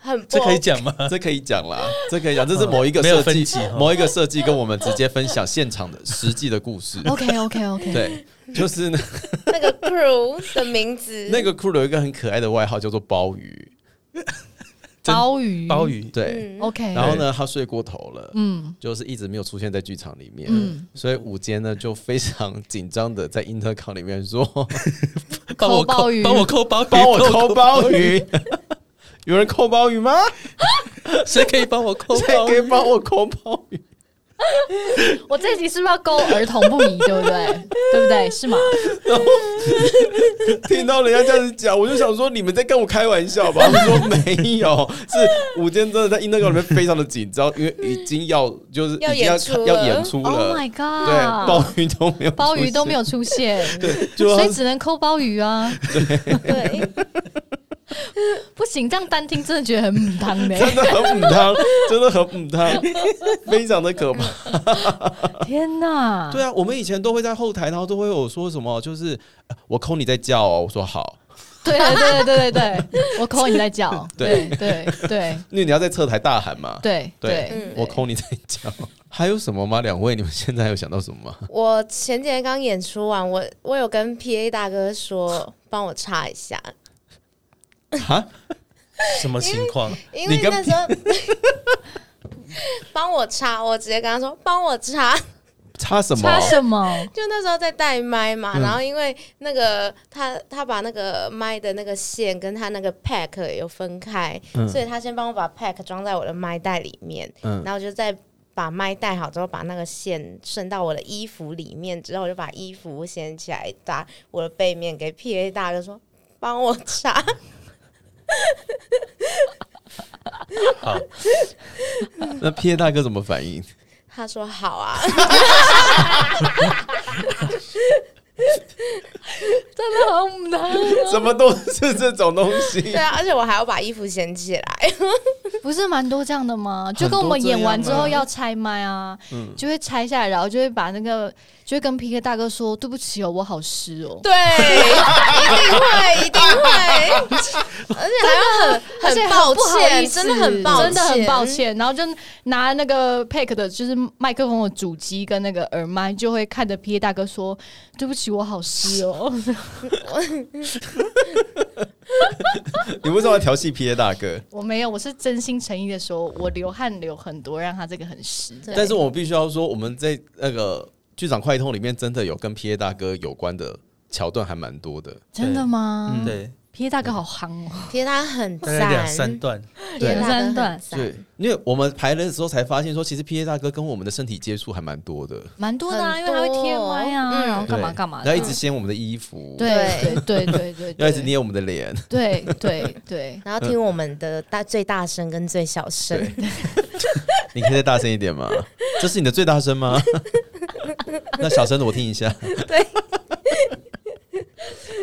D: 很不
C: 这可以讲吗？
A: 这可以讲啦，这可以讲，这是某一个
C: 没有
A: 设
C: 分
A: 计
C: 级哦，
A: 某一个设计跟我们直接分享现场的实际的故事。
B: ？OK OK
A: *laughs*
B: OK，
A: 对，就是那，
D: 那个
C: *laughs*
D: crew 的名字
A: 那个 crew 有一个很可爱的外号叫做鲍鱼，
B: 鲍鱼
C: 鲍鱼
A: 对，
D: 嗯，
B: ，OK，
A: 然后呢，他睡过头了，
B: 嗯
A: 就是一直没有出现在剧场里面。
B: 嗯，
A: 所以午间呢就非常紧张的在 intercom 里面说
C: 帮我
B: 抠鲍鱼
C: 帮我抠鲍鱼，
A: 帮我
C: 帮
A: 扣鲍鱼， *laughs* 有人扣鲍鱼吗？
C: 谁可以帮我抠
A: 谁
C: 鲍
A: 可
C: 鱼？
A: 以帮我扣鲍鱼？
B: 我这一集是不是要勾儿童不宜，对不对？对不对？是吗？
A: 听到人家这样子讲，我就想说你们在跟我开玩笑吧？我说没有，是午间真的在那个里面非常的紧张，因为已经要就是
D: 要
A: 已经要
D: 演出
A: 要
D: 了
A: 演出
B: Oh
A: 了，
B: my
A: 对，
B: god！
A: 鲍鱼都没有，
B: 鲍鱼都没，有出现，
A: *laughs* 就
B: 所
A: 他
B: 以只能抠鲍鱼啊！
D: 对，
B: 不行，这样单听真的觉得很母汤欸的、
A: 真的很母汤， *laughs* 真的很母汤，非常的可怕。
B: 天哪！
A: 对啊，我们以前都会在后台，然后都会有说什么，就是呃我扣你在叫哦，我说好，
B: 对对对对对对， *laughs* 我扣你在叫，对
A: 对
B: 对对
A: 因为你要在侧台大喊嘛，
B: 对对
A: 对，我扣你在叫。 *laughs* 还有什么吗？两位，你们现在有想到什
B: *laughs*
A: 么吗？
D: 我前几天刚演出完，我我有跟 P A 大哥说帮我查一下，
A: 啊，
C: 什么情况？
D: 因
A: 你
D: 为
A: 跟
D: 那时候 *laughs* 帮我查，我直接跟他说帮我查，
A: 差什么？
B: 差什么？
D: 就那时候在带麦嘛，
A: 嗯
D: 然后因为那个他他把那个麦的那个线跟他那个 pack 有分开，
A: 嗯
D: 所以他先帮我把 pack 装在我的麦袋里面，
A: 嗯
D: 然后我就再把麦戴好之后，把那个线伸到我的衣服里面，之后我就把衣服掀起来搭我的背面给 P A 大哥说帮我查，
C: 好，
A: 那 P A 大哥怎么反
B: *laughs*
A: 应？
D: *laughs* 他说好啊， *laughs*
B: 真的好母汤哦，
A: 怎么都是这种东西
B: *laughs*
D: 对啊，而且我还要把衣服掀起来，
B: 不是蛮多这样的吗？就跟我们演完之后要拆麦啊，
A: 嗯
B: 就会拆下来，然后就会把那个，就会跟 PK 大哥说：“对不起哦，我好湿
D: *laughs*
B: 哦。
D: 对，一定会，一定会，而且还要很”
B: 而且
D: 很抱
B: 不好意
D: 歉，
B: 思
D: 的很抱
B: 真
D: 歉，
B: 的很抱。歉。然后就拿那个 Pack 的，就是麦克风的主机跟那个耳麦，就会看着 PA 大哥说：“对不起，我好湿哦。
A: 你为什么要调戏 P A 大哥？”
B: 我没有，我是真心诚意的说，我流汗流很多，让他这个很湿。
D: 对
A: 但是我必须要说，我们在那个剧场快通里面，真的有跟 P A 大哥有关的桥段，还蛮多的。
B: 真的吗？
A: 嗯
C: 对，
B: p a 大哥好憨哦，
D: 其实他很
C: 大概两三
D: 赞，
C: 段，
A: 对
D: 两
B: 两三段
A: 对，因为我们排的时候才发现，说其实 P A 大哥跟我们的身体接触还蛮多的，
B: 蛮多的啊，
D: 很
B: 因
D: 多
B: 为他会贴歪啊，
D: 嗯
B: 然后干嘛
A: 对
B: 干嘛的
A: 要一直掀我们的衣服，
B: 对对对对对，
A: 要一直捏我们的脸，
B: 对对
A: *laughs*
B: 对，
D: 然后听我们的大最大声跟最小声
A: 对， *laughs* 你可以再大声一点吗？这是你的最大声
B: *laughs*
A: 吗？那小声的我听一下。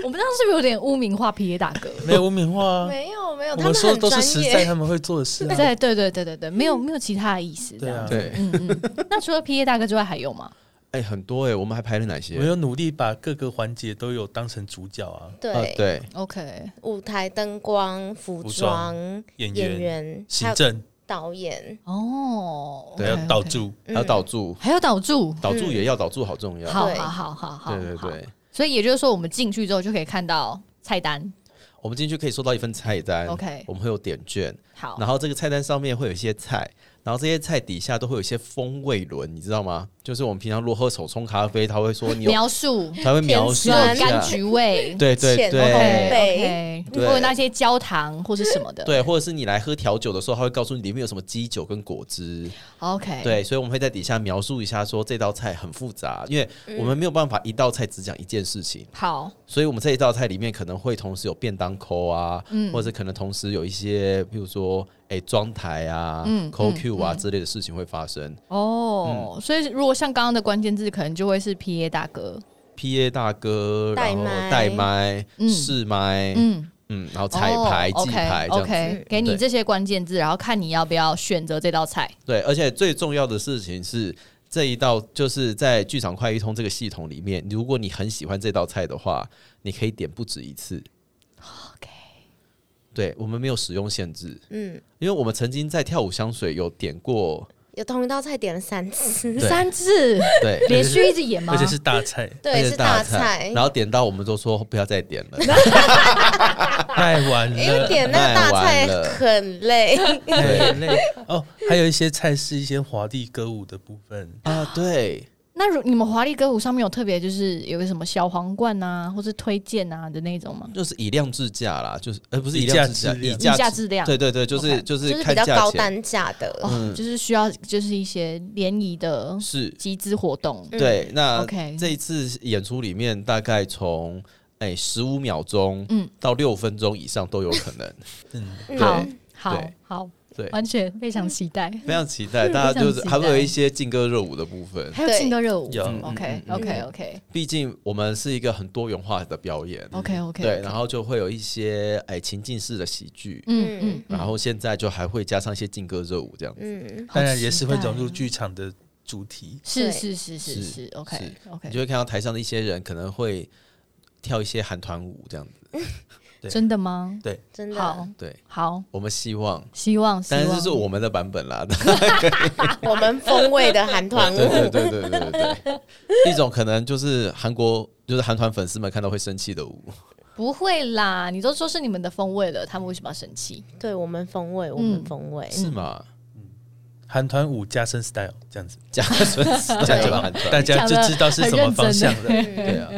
B: 我们这样是不是有点污名化 PA 大哥？
C: 没有污名化啊。
D: 没有没有，
C: 我
D: 他们
C: 们说
D: 很
C: 都是
D: 专
C: 实在
D: 业。
C: 他们会做的事啊。
B: *laughs* 对对对对对对，没有没有其他的意思。这
C: 对
B: 样
C: 啊，
A: 对，
B: 嗯嗯。那除了 PA 大哥之外还有吗？
A: 哎、很多哎、我们还排了哪些
C: 我？有努力把各个环节都有当成主角啊，
A: 呃
D: 对，
A: 对，
B: OK，
D: 舞台灯光、服
C: 服
D: 装
C: 装、演
D: 演
C: 员、
D: 员、还
C: 行
D: 有
C: 政，
D: 导演，
B: 哦，
A: 对
C: 还
B: OK，
C: 有导助，
A: 还有导助，
B: 还有导助，
A: 导助也要导助，好重要。
B: 嗯好
D: 对
B: 好好好好，
A: 对对
B: 好。
A: 对，
B: 所以也就是说，我们进去之后就可以看到菜单。
A: 我们进去可以收到一份菜单
B: OK
A: 我们会有点券，
B: 好，
A: 然后这个菜单上面会有一些菜，然后这些菜底下都会有一些风味轮，你知道吗？就是我们平常如果喝手冲咖啡，他会说
B: *laughs*
A: 你有，
B: 描述
A: 他会描述
B: 有
D: 酸
A: 一
B: 柑
A: 下，
B: 橘味，
A: 对对
D: 浅
A: 对。
D: 烘焙
B: ，OK，
A: 对
B: 或者那些焦糖或是什么的，
A: 对，或者是你来喝调酒的时候，他会告诉你里面有什么基酒跟果汁。
B: ，OK，
A: 对，所以我们会在底下描述一下，说这道菜很复杂，因为
B: 嗯
A: 我们没有办法一道菜只讲一件事情。
B: 好，
A: 所以我们这一道菜里面可能会同时有便当扣啊，
B: 嗯
A: 或者可能同时有一些，比如说哎装台啊、
B: 嗯
A: 扣 Q 啊、
B: 嗯嗯
A: 之类的事情会发生。嗯
B: 哦，所以如果像刚刚的关键字，可能就会是 PA 大哥，
A: P A 大哥，
D: 带
A: 然后
D: 麦
A: 带麦、
B: 嗯
A: 试麦，
B: 嗯，
A: 嗯，然后彩排、
B: 哦
A: 记牌这样子。
B: ，OK，OK，给你
A: 对
B: 这些关键字，然后看你要不要选择这道菜，
A: 对，而且最重要的事情是。这一道就是在剧场快一通这个系统里面，如果你很喜欢这道菜的话，你可以点不止一次。
B: OK
A: 对我们没有使用限制，
D: 嗯，
A: 因为我们曾经在跳舞香水有点过，
D: 有同一道菜点了三次，
C: *laughs*
A: 对
B: 三 *laughs* 次
D: *laughs*
A: 对，
B: 连续一直演吗
C: 而且？是大菜，
A: 而
D: 对，
A: 且
D: 是
A: 大
D: 菜
A: 然，后点到我们都说不要再点了，
D: *laughs*
C: 太晚
D: 因为
C: 了，
D: 点那个大
A: 太晚
D: 菜
A: 了
D: 很累，
C: 太累哦。还有一些菜是一些华丽歌舞的部分，
A: 啊，对，
B: 那如你们华丽歌舞上面有特别就是有个什么小皇冠啊，或是推荐啊的那种吗？
A: 就是以量制价啦，就是呃不是
C: 以
A: 以量
C: 价
A: 制价，
C: 质量
A: 以
B: 以价
A: 价
B: 质量
A: 对对对，就是
B: OK，
A: 就
D: 就是是比
A: 看
D: 较
A: 价
D: 高
A: 钱，
D: 单价的，
C: 嗯
B: 哦，就是需要就是一些联谊的
A: 是，
B: 集资活动，
A: 对。那
B: 嗯 OK
A: 这一次演出里面，大概从哎十五秒钟，
B: 嗯 *laughs*
A: 到六分钟以上都有可能。
C: 嗯，
D: 嗯
B: 好
A: 对
B: 好
A: 对
B: 好，
A: 对，
B: 完全非常期待。
A: 非常期待，大家就是
B: 非常期待
A: 还会有一些劲歌热舞的部分，
B: 还有劲歌热舞
C: 有
B: ，OK
A: 嗯
B: OK OK
A: 毕竟我们是一个很多元化的表演。
B: OK
C: 嗯
B: OK，
A: 对，然后就会有一些哎情境式的喜剧，
B: 嗯嗯，
A: 然后现在就还会加上一些劲歌热舞这样子。
D: 嗯，
B: 好
C: 当然也是会
B: 期待哦
C: 融入剧场的主题。
B: 是
D: 对
B: 是是是
A: 是
B: 是，OK
A: 你
B: OK，
A: 就会看到台上的一些人可能会跳一些韩团舞这样子。
C: 对
B: 真的吗？
D: 真
B: 好
D: 的，
A: 对，
B: 好，
A: 我们希望，
B: 希望，希
A: 但是
B: 望
A: 这是我们的版本啦。
D: 我们风味的韩团
A: *laughs*
D: 舞，
A: 对对对对对对对，一种可能就是韩国就是韩团粉丝们看到会生气的舞。
B: 不会啦，你都说是你们的风味了，他们为什么要生气？
D: 对我们风
B: 嗯
D: 味，我们风味，
A: 是吗？ *laughs*
C: 韩团舞加深 style 这样子，
A: 加纯
C: 这样
A: 加
C: 就
A: 纯韩团，
C: 大家就知道是什么方向了。
A: 对啊。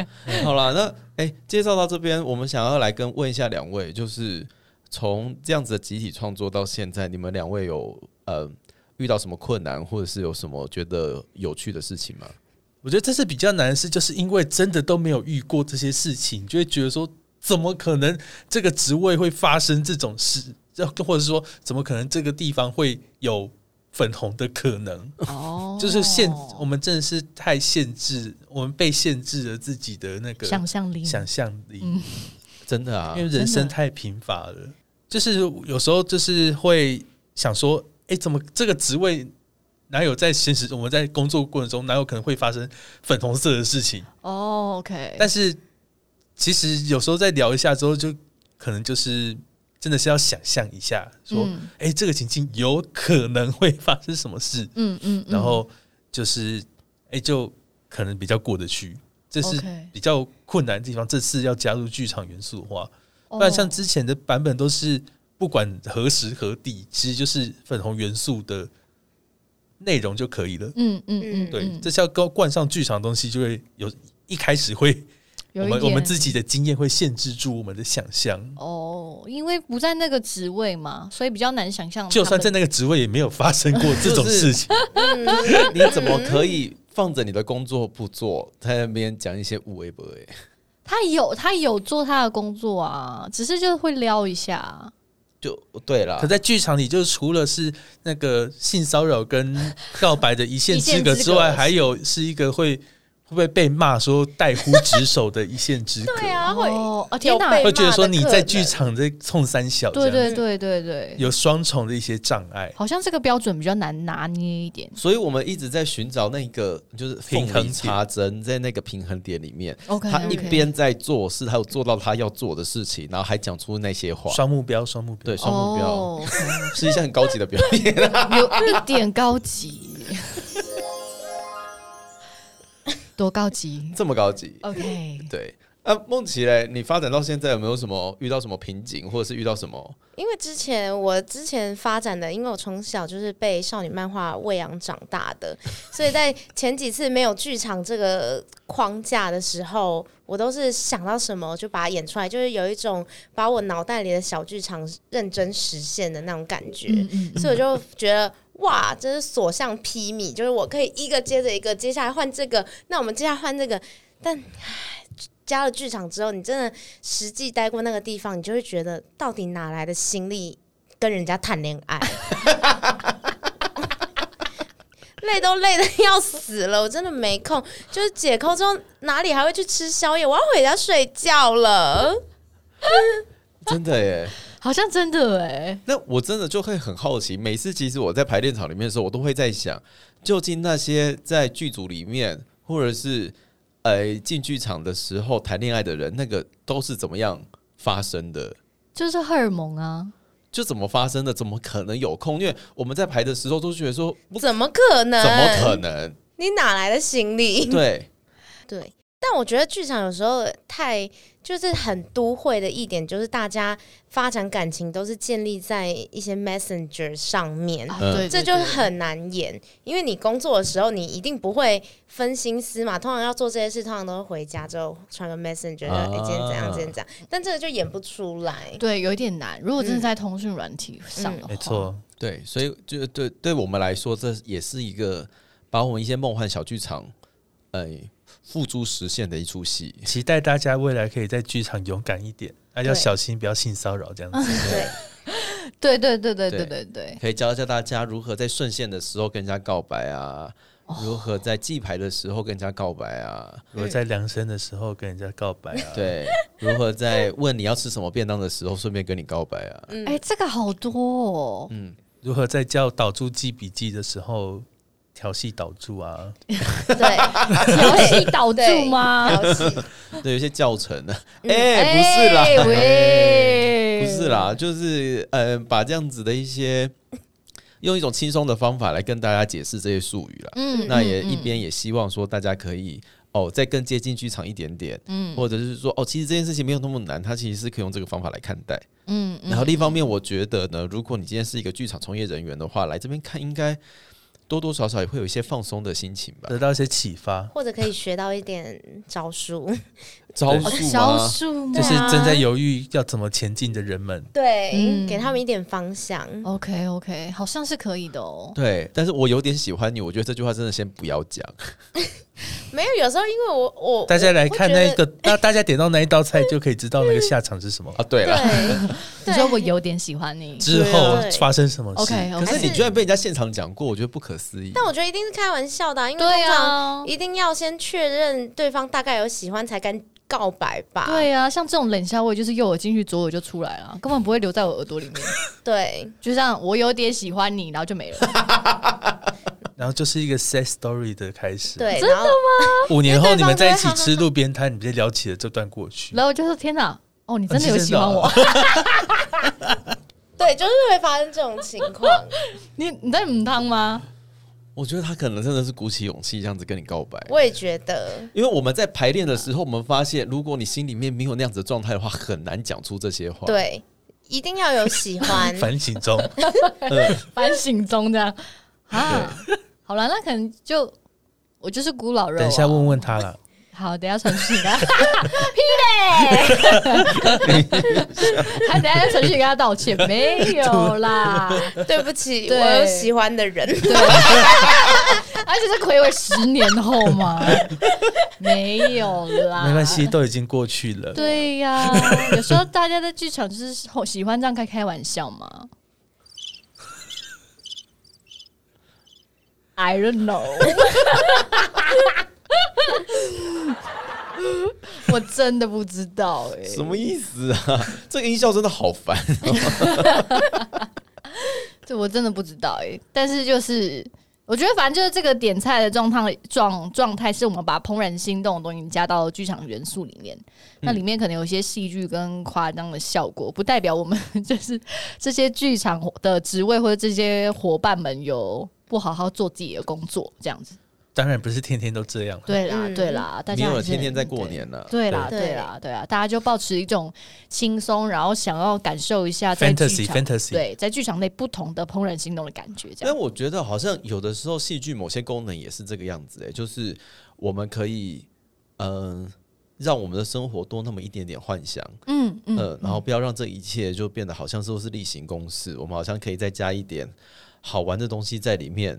A: 好啦，那哎、介绍到这边，我们想要来跟问一下两位，就是从这样子的集体创作到现在，你们两位有呃遇到什么困难，或者是有什么觉得有趣的事情吗？
C: 我觉得这是比较难的事，就是因为真的都没有遇过这些事情，就会觉得说，怎么可能这个职位会发生这种事？这或者说，怎么可能这个地方会有粉红的可能？
B: 哦，
C: *laughs* 就是限，我们真的是太限制，我们被限制了自己的那个
B: 想象力，
C: 想象力。
B: 嗯
A: 真的啊
C: 因为，人
B: 真
C: 生
B: 的
C: 太贫乏了，就是有时候就是会想说，哎、怎么这个职位哪有在现实我们在工作过程中哪有可能会发生粉红色的事情？
B: 哦，OK，
C: 但是其实有时候再聊一下之后，就可能就是真的是要想象一下，说，
B: 嗯
C: 哎、这个情境有可能会发生什么事，
B: 嗯嗯，
C: 然后就是哎、诶就可能比较过得去，这是
B: OK
C: 比较困难的地方。这次要加入剧场元素的话，
B: 哦
C: 不然像之前的版本都是不管何时何地，其实就是粉红元素的内容就可以了。
B: 嗯嗯嗯，
C: 对，
B: 嗯
C: 这是要高冠上剧场的东西，就会有一开始会我
B: 有一
C: 们我们自
B: 己
C: 己的经验会限制住我们的想象，
B: 哦，因为不在那个职位嘛，所以比较难想象他们。
C: 就算在那个职位也没有发生过这种
B: *laughs*
C: 事情。
A: 你怎么可以嗯放着你的工作不做，在那边讲一些无为不为？
B: 他有他有做他的工作啊，只是就会撩一下。
A: 就对啦
C: 可，在剧场里，就是除了是那个性骚
B: *laughs*
C: 扰跟告白的一线
B: 一线
C: 之隔
B: 之
C: 之
B: 隔
C: 外，还有是一个会会不会被骂说怠忽职守的一线之隔。
D: 对啊，会
B: 哦，啊天
D: 有
B: 哪！
D: 被
C: 会觉得说你在
D: 骂的可
C: 剧
D: 能
C: 场在冲三小这
B: 对
C: 样，
B: 对对对对，
C: 有双重的一些障碍，
B: 好像这个标准比较难拿捏一点。
A: 所以我们一直在寻找那个就是
C: 平衡
A: 缝
C: 点
A: 里插针，在那个平衡点里面。
B: OK，
A: 他一边在做事，他有做到他要做的事情，然后还讲出那些话，
C: 双目标，双目标
A: 对，双目标、
B: 哦
A: 是一项很高级的表演。
B: 有一点高 *laughs* 级，多高级
A: *laughs* 这么高级，
B: ？OK，
A: 对。啊，梦琪嘞，你发展到现在有没有什么遇到什么瓶颈，或者是遇到什 *laughs* 么？
D: 因为之前我之前发展的，因为我从小就是被少女漫画喂养长大的， *laughs* 所以在前几次没有剧场这个框架的时候，我都是想到什么就把它演出来，就是有一种把我脑袋里的小剧场认真实现的那种感觉。
B: 嗯嗯
D: 所以我就觉得哇，真是所向披靡，就是我可以一个接着一个，接下来换这个，那我们接下来换这个，但唉加了剧场之后，你真的实际待过那个地方，你就会觉得到底哪来的心力跟人家谈恋爱？ *laughs* 累都累的要死了，我真的没空。就是解扣之后，哪里还会去吃宵夜？我要回家睡觉了。
A: 真的耶，
B: 好像真的哎，
A: 那我真的就会很好奇，每次其实我在排练场里面的时候，我都会在想，究竟那些在剧组里面，或者是呃进剧场的时候谈恋爱的人，那个都是怎么样发生的？
B: 就是荷尔蒙啊，
A: 就怎么发生的？怎么可能有空？因为我们在排的时候都觉得说，不
D: 怎么可能？
A: 怎么可？能？
D: 你哪来的心力？
A: 对，
D: 对，但我觉得剧场有时候太就是很都会的一点，就是大家发展感情都是建立在一些 messenger 上面。
C: 哦
B: 啊
A: 嗯
B: 对，
D: 这就很难演，因为你工作的时候，你一定不会分心思嘛。通常要做这些事，通常都是回家之后传个 messenger，就哎、
A: 啊
D: 今天怎样，今天怎样。
C: 啊
D: 但这个就演不出来。
B: 对，有一点难。如果
D: 嗯
B: 真的在通讯软体上的话，
C: 没，错，
A: 对，所以就对对我们来说，这也是一个把我们一些梦幻小剧场，哎、付诸实现的一出戏。
C: 期待大家未来可以在剧场勇敢一点，啊，要
D: 对
C: 小心不要性骚扰这样子。
D: 对，
B: 对对对对对
A: 对
B: 对对，
A: 可以教教大家如何在顺线的时候跟人家告白啊，
B: 哦
A: 如何在记牌的时候跟人家告白啊，
C: 我在量身的时候跟人家告白啊，，
A: 对，如何在问你要吃什么便当的时候顺便跟你告白啊，
D: 嗯
B: 哎、这个好多
A: 嗯
B: 哦，
C: 如何在教导猪记笔记的时候调戏导猪啊，
D: 对，
B: *laughs* 调戏导
D: 对
B: 助吗？
D: 调戏
A: 对，有一些教程呢、
D: 嗯
A: *laughs* 哎、不是啦，哎
B: 哎
A: *laughs*
B: 喂，
A: 不是啦，就是呃，把这样子的一些用一种轻松的方法来跟大家解释这些术语啦。
B: 嗯，嗯，
A: 那也一
B: 嗯，
A: 边也希望说大家可以哦，再更接近剧场一点点，
B: 嗯
A: 或者是说哦，其实这件事情没有那么难，它其实是可以用这个方法来看待。
B: 嗯嗯
A: 然后另一方面，我觉得呢，如果你今天是一个剧场从业人员的话，来这边看应该多多少少也会有一些放松的心情吧
C: 得。到一些启发，
D: 或者可以学到一点招数，
C: 嗯
A: 招
C: 对
A: 数
B: 哦小
A: 啊，
B: 数吗
C: 就是正在犹豫要怎么前进的人们，
D: 对，
B: 嗯
D: 给他们一点方向。
C: 哦
B: OK OK，好像是可以的哦。
A: 对。但是我有点喜欢你，我觉得这句话真的先不要讲。
D: 没有，有时候因为我我
C: 大家来看那，
D: 我哎
C: 个，那大家点到那一道
D: 嗯
C: 菜就可以知道那个下场是什么，
A: 啊，对
D: 觉得
A: 了，
D: 对，
B: 你说我有点喜欢你
C: 之后发生什么事。
B: ，OK
A: 可
B: OK，
A: 是
D: 还
A: 你
D: 是
A: 居然被人家现场讲过，我觉得不可思议。
D: 但我觉得一定是开玩笑的啊、因为
B: 对
D: 通常
B: 啊，
D: 一定要先确认对方大概有喜欢才敢告白吧？
B: 对啊，像这种冷笑话就是右耳进去，左耳就出来了，根本不会留在我耳朵里面。
D: 对
B: 就像我有点喜欢你，然后就没了。
C: 然后就是一个 sad story 的开始。，
D: 对，
B: 真
D: 然后
C: 五年后你们在一
D: *laughs*
C: 起
D: 因为对方就会
C: 吃路边摊，你们就聊起了这段过去。
B: 然后我就说天哪，哦，你
C: 啊
B: 真的有喜欢我？ *laughs*
C: 是
D: 对，就是会发生这种情况。
B: 你你在母汤吗？
A: 我觉得他可能真的是鼓起勇气这样子跟你告白，
D: 我也觉得，
A: 因为我们在排练的时候，我们发现，如果你心里面没有那样子的状态的话，很难讲出这些话。，
D: 对，一定要有喜欢
C: *laughs* ，反省
D: *laughs*
C: 中，
B: 反省中这
C: *laughs*
B: 样啊。好了，那可能就我就是孤老肉、啊。
C: 等一下问问
D: *laughs*
C: 他啦。
B: 好，等一下传讯给他， *laughs* 屁嘞！他等一下传讯给他道歉，没有
C: *laughs*
B: 啦，
D: 对不起，
B: 对
D: 我有喜欢的人。
B: 而且是暌违十年后嘛，没有啦，
C: 没关系，。都已经过去了。
B: 对呀、有时候大家在剧场就是喜欢这样开开玩笑嘛。I don't know，我真的不知道哎、
A: 什么意思啊？这个音效真的好烦。
B: 这我真的不知道哎、但是就是我觉得反正就是这个点菜的状态状状态，是我们把怦然心动的东西加到剧场元素里面。
A: 嗯
B: 那里面可能有一些戏剧跟夸张的效果，不代表我们 *laughs* 就是这些剧场的职位或者这些伙伴们有不好好做自己的工作这样子。
C: 当然不是天天都这样，
B: 对啦，
D: 嗯
B: 对啦，大
A: 你
B: 家
A: 有
B: 还是
A: 天天在过年啊呢、
B: 对啦，
D: 对
B: 对啦，对啊，大家就保持一种轻松，然后想要感受一
D: 啊
B: 下在剧
C: Fantasy，
B: 场
C: fantasy
B: 对，在剧场内不同的怦然心动的感觉，这样
A: 但。我觉得好像有的时候戏剧某些功能也是这个样子、哎，就是我们可以，嗯、让我们的生活多那么一点点幻想，
B: 嗯嗯
A: 呃，然后不要让这一切就变得好像说是例行公事，我们好像可以再加一点好玩的东西在里面，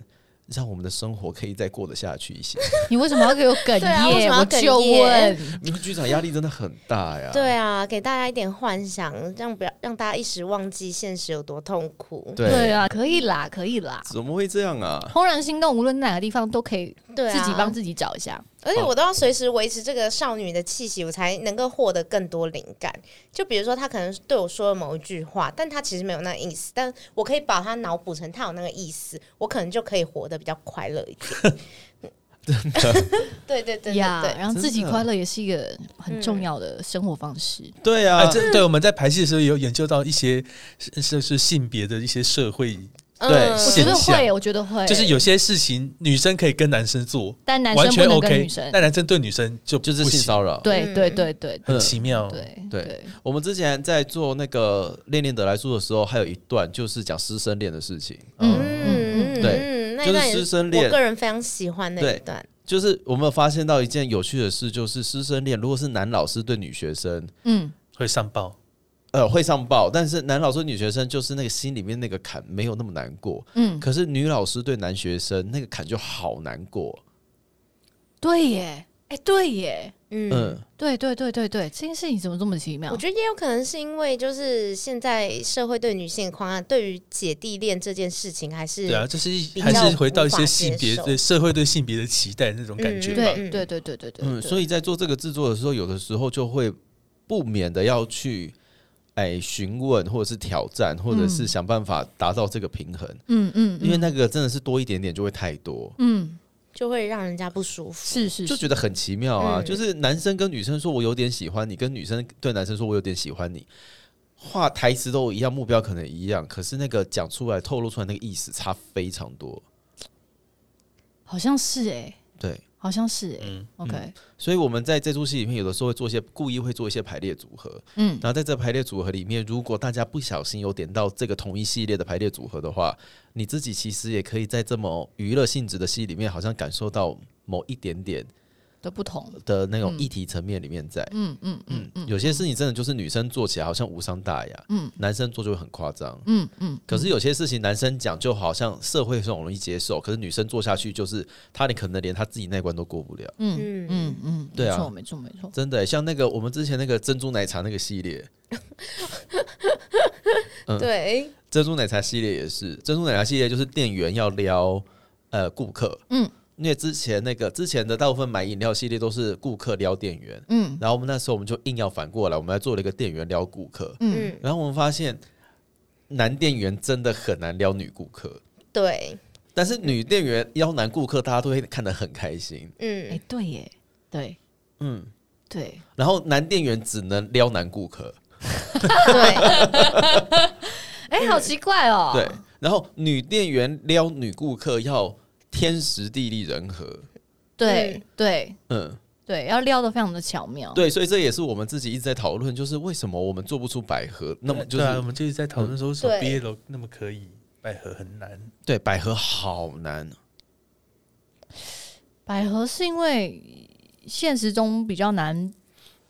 A: 让我们的生活可以再过得下去一 *laughs* 些。
B: 你为什么要给我哽
D: 对啊为
B: 咽？
D: 什么
B: 我
D: 要
B: 就
D: 哽咽
B: 问，
A: 因为剧场压力真的很大呀。
D: *laughs* 对啊，给大家一点幻想，让不要让大家一时忘记现实有多痛苦。
A: 对
B: 对啊，可以啦，可以啦。
A: 怎么会这样啊？
B: 怦然心动，无论哪个地方都可以
D: 对啊，
B: 自己帮自己找一下。
D: 而且我都要随时维持这个少女的气息，我才能够获得更多灵感。就比如说，他可能对我说了某一句话，但他其实没有那个意思，但我可以把它脑补成他有那个意思，我可能就可以活得比较快乐一点。 *laughs* 对对对对
B: 呀
D: 对，
B: 然后自己
A: 真的
B: 快乐也是一个很重要的生活方式。
A: 对
C: 哎，
A: 啊，
C: 这对我们在排戏的时候有研究到一些是是是性别的一些社会，
A: 对
D: 嗯
B: 我觉得
C: 现象
B: 会，我觉得会，
C: 就是有些事情女生可以跟男生做，
B: 但男
C: 完
B: 生
C: 全
B: 不能跟
C: OK，
B: 女生。
C: 但男生对女生就
A: 就
C: 就是
A: 性骚扰。
B: 对
D: 嗯
B: 对对对
C: 很奇妙。
B: 对
A: 对
B: 对，
A: 我们之前在做那个《恋恋得来速》的时候，还有一段就是讲师生恋的事情。
C: 嗯，
D: 嗯嗯
A: 对
D: 嗯，那
A: 就
D: 一
A: 是
D: 段也
A: 师生恋
D: 我个人非常喜欢那
A: 对
D: 一段。
A: 就是我们有发现到一件有趣的事，就是师生恋如果是男老师对女学生，
B: 嗯，
C: 会上报。
A: 呃，会上报，但是男老师对女学生就是那个心里面那个坎没有那么难过。
B: 嗯
A: 可是女老师对男学生那个坎就好难过。
B: 对耶，哎，对耶，
D: 嗯
A: 嗯，
B: 对对对对对，这件事情怎么这么奇妙
D: 我？觉得也有可能是因为，就是现在社会对女性的框架，对于姐弟恋这件事情，还是
C: 对啊，就是
D: 比
C: 还
D: 较
C: 是回到一
D: 无法
C: 些性别
D: 接受
C: 对社会对性别的期待那种感觉
D: 嗯
C: 吧。
B: 对对对对对对，
A: 嗯，所
B: 以
A: 以在做这个制作的时候，有的时候就会不免的要去哎询问，或者是挑战，或者是想办法达到这个平衡，
B: 嗯嗯，嗯
A: 因为那个真的是多一点点就会太多。
B: 嗯
D: 就会让人家不舒服。
B: 是是
A: 就是觉得很奇妙啊！
D: 嗯
A: 就是男生跟女生说我有点喜欢你，跟女生对男生说我有点喜欢你，话台词都一样，目标可能一样，可是那个讲出来、透露出来那个意思差非常多。
B: 好像是哎，
A: 对，
B: 好像是哎
C: 嗯，
B: ，OK，
A: 所以我们在这出戏里面，有的时候会做一些故意会做一些排列组合，
B: 嗯
A: 然后在这排列组合里面，如果大家不小心有点到这个同一系列的排列组合的话，你自己其实也可以在这么娱乐性质的戏里面，好像感受到某一点点
B: 的不同，
A: 的那种议题层面里面在。
B: 嗯嗯嗯
A: 嗯，有些事情真的就是女生做起来好像无伤大雅，
B: 嗯
A: 男生做就会很夸张。
B: 嗯嗯，
A: 可是有些事情男生讲就好像社会上容易接受，可是女生做下去就是她，你可能连她自己那关都过不了。
B: 嗯嗯
D: 嗯
B: 嗯嗯，
A: 对啊
B: 没错没错没错，
A: 真的欸、像那个我们之前那个珍珠奶茶那个系列，
D: 对，
A: 珍珠奶茶系列也是，珍珠奶茶系列就是店员要撩呃顾客，
B: 嗯，
A: 因为之前那个之前的大部分买饮料系列都是顾客撩店员，
B: 嗯
A: 然后我们那时候我们就硬要反过来，我们来做了一个店员撩顾客，
B: 嗯，
D: 嗯，
A: 然后我们发现男店员真的很难撩女顾客，
D: 对，
A: 但是女店员撩男顾客，大家都会看得很开心，
B: 哎
D: 嗯，
B: 对耶，对
A: 嗯，
B: 对，
A: 然后男店员只能撩男顾客，
D: 对，
B: 哎好奇怪哦，
C: 啊
A: 对，然后女店员撩女顾客要天时地利人和，
B: 对
D: 嗯
B: 对
A: 嗯。
B: 对，要撩的非常的巧
C: 哦
B: 妙，
A: 对，所以这也是我们自己一直在讨论，就是为什么我们做不出百合？那么就是
C: 对啊，我们就是在讨论说，为什么
D: 嗯对
C: BL 那么可以，百合很难。
A: 对百合好难，
B: 百合是因为现实中比较难，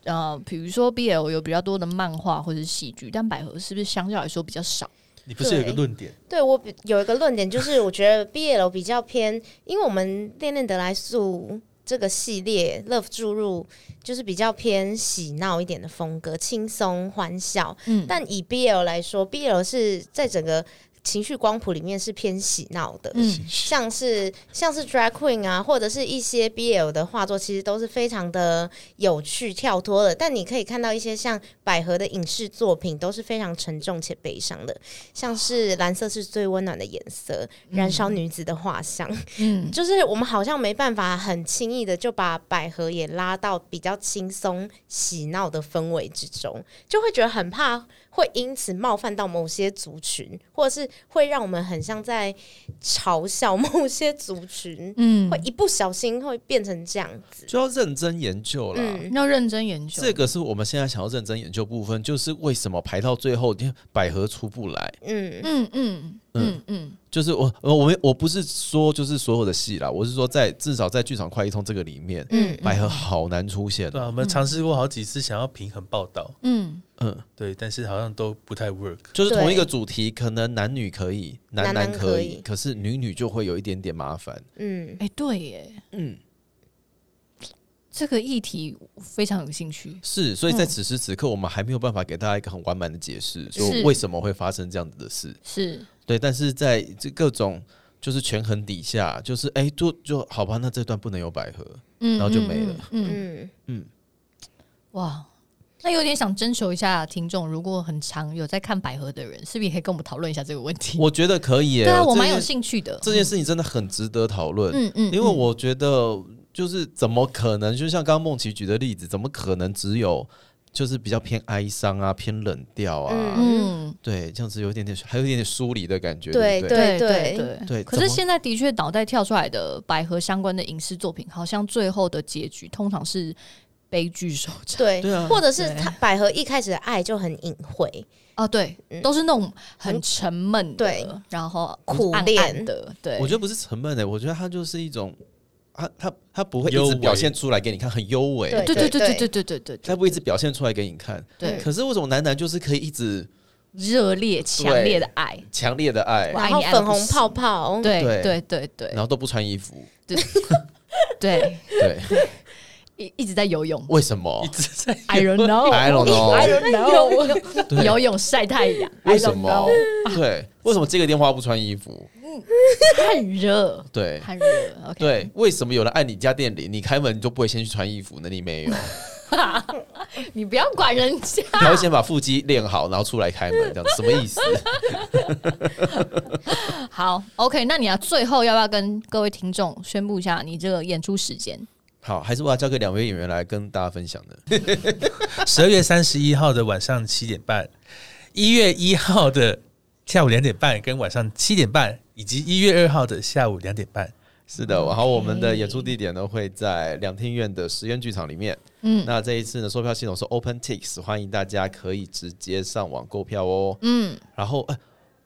B: 呃，比如说 BL 有比较多的漫画或者是戏剧，但百合是不是相较来说比较少？
C: 你不是有一个
D: 对
C: 论点？
D: *laughs* 对我比有一个论点，就是我觉得 BL 比较偏，因为我们恋恋得来速这个系列 Love 注入，就是比较偏喜闹一点的风格，轻松欢笑。
B: 嗯
D: 但以 BL 来说，BL 是在整个情绪光谱里面是偏喜闹的，
B: 嗯
D: 像是像是 drag queen 啊，或者是一些 BL 的画作，其实都是非常的有趣跳脱的。但你可以看到一些像百合的影视作品，都是非常沉重且悲伤的，像是蓝色是最温暖的颜色，燃烧女子的画像。
B: 嗯，
D: 就是我们好像没办法很轻易的就把百合也拉到比较轻松喜闹的氛围之中，就会觉得很怕会因此冒犯到某些族群，或者是会让我们很像在嘲笑某些族群，
B: 嗯
D: 会一不小心会变成这样子。
A: 就要认真研究啦。
D: 嗯，
B: 要认真研究。
A: 这个是我们现在想要认真研究部分，就是为什么排到最后，你看百合出不来。
D: 嗯
B: 嗯嗯嗯嗯
A: 就是我，呃我我没我不是说就是所有的戏啦，我是说在至少在剧场快一通这个里面，
D: 嗯
A: 百合好难出现
C: 对。啊，我们尝试过好几次想要平衡报道，
B: 嗯
A: 嗯，
C: 对，但是好像都不太 work。
A: 就是同一个主题，可能男女可以，男
D: 男
A: 男
D: 男
A: 可
D: 可
A: 以，
D: 以
A: 可是女女就会有一点点麻烦。
D: 嗯，
B: 哎、对耶，
A: 嗯，
B: 这个议题我非常有兴趣。
A: 是，所以
B: 嗯
A: 在此时此刻，我们还没有办法给大家一个很完满的解释，说
B: 是
A: 为什么会发生这样子的事。
B: 是，
A: 对，但是在这各种就是权衡底下，就是哎、就就好吧，那这段不能有百
B: *laughs*
A: 合。
B: 嗯
A: 然后就没了
B: 嗯。嗯嗯
D: 嗯，
B: 哇，那有点想征求一下听众，如果很常有在看百合的人，是不是也可以跟我们讨论一下这个问题？
A: 我觉得可以耶、
B: 对啊，我
A: 这
B: 蛮有
A: 件
B: 兴趣的。
A: 这件事情真的很值得讨论，
B: 嗯嗯，
A: 因为
B: 嗯
A: 我觉得就是怎么可能，就像刚刚梦琪举的例子，怎么可能只有就是比较偏哀伤啊、偏冷调啊，
D: 嗯
B: 嗯
A: 对，这样子有一点点，还有一点点疏离的感觉，
D: 对
A: 不对？
B: 对
D: 对
B: 对
D: 对
B: 对
A: 对
B: 可
A: 怎
B: 是
A: 么
B: 现在的确，脑袋跳出来的百合相关的影视作品，好像最后的结局通常是悲剧收场。
D: 对
A: 对啊
D: 或者是
B: 对
D: 他百合一开始的爱就很隐晦，
B: 啊，对，都是那种很沉闷的，
D: 嗯对
B: 然后
D: 苦
B: 暗暗
D: 恋
B: 的，对，
A: 我觉得不是沉闷欸的，我觉得它就是一种，它它它不会一
C: 幽
A: 直
C: 微
A: 表现出来给你看，很幽微，
D: 对
B: 对对对对
D: 对
B: 对对对对
A: 它
B: 对，
A: 不会一直表现出来给你看。
B: 对
A: 可是为什么男男就是可以一直
B: 热烈强烈的爱，
A: 强烈的爱，
B: 哇爱
D: 然后
B: 你爱得
D: 粉
B: 不
D: 红
B: 行
D: 泡泡，哦
B: 对
A: 对
B: 对对对 *laughs*
A: 然后都不穿衣服？
B: 对
A: 对，
B: 一一直在游泳
A: 为什么
D: 哦
C: *laughs* 一？直在
B: ，I don't know。
A: I don't know
B: I don't know，游泳晒太阳，
A: 为什么？对，为什么接个电话不穿衣服？
B: 太热，
A: 对
B: 太热，OK，
A: 对，为什么有人按你家店里，你开门你就不会先去穿衣服呢？你
B: *laughs*
A: 没有，
B: 你不要管人家，
A: 你会先把腹肌练好，然后出来开门，这样子什么意
B: *laughs*
A: 思？
B: 好，OK，那你要最后要不要跟各位听众宣布一下你这个演出时间？
A: 好，还是我要交给两位演员来跟大家分
B: *laughs*
A: 享的。
C: 十二月三十一号的晚上七点半，一月一号的下午两点半跟晚上七点半，以及一月二号的下午两点半。
A: 是的，然后我们的演出地点呢会在两厅院的实验剧场里面。嗯，那这一次呢，售票系统是 OpenTix，欢迎大家可以直接上网购票哦。
B: 嗯，
A: 然后，呃，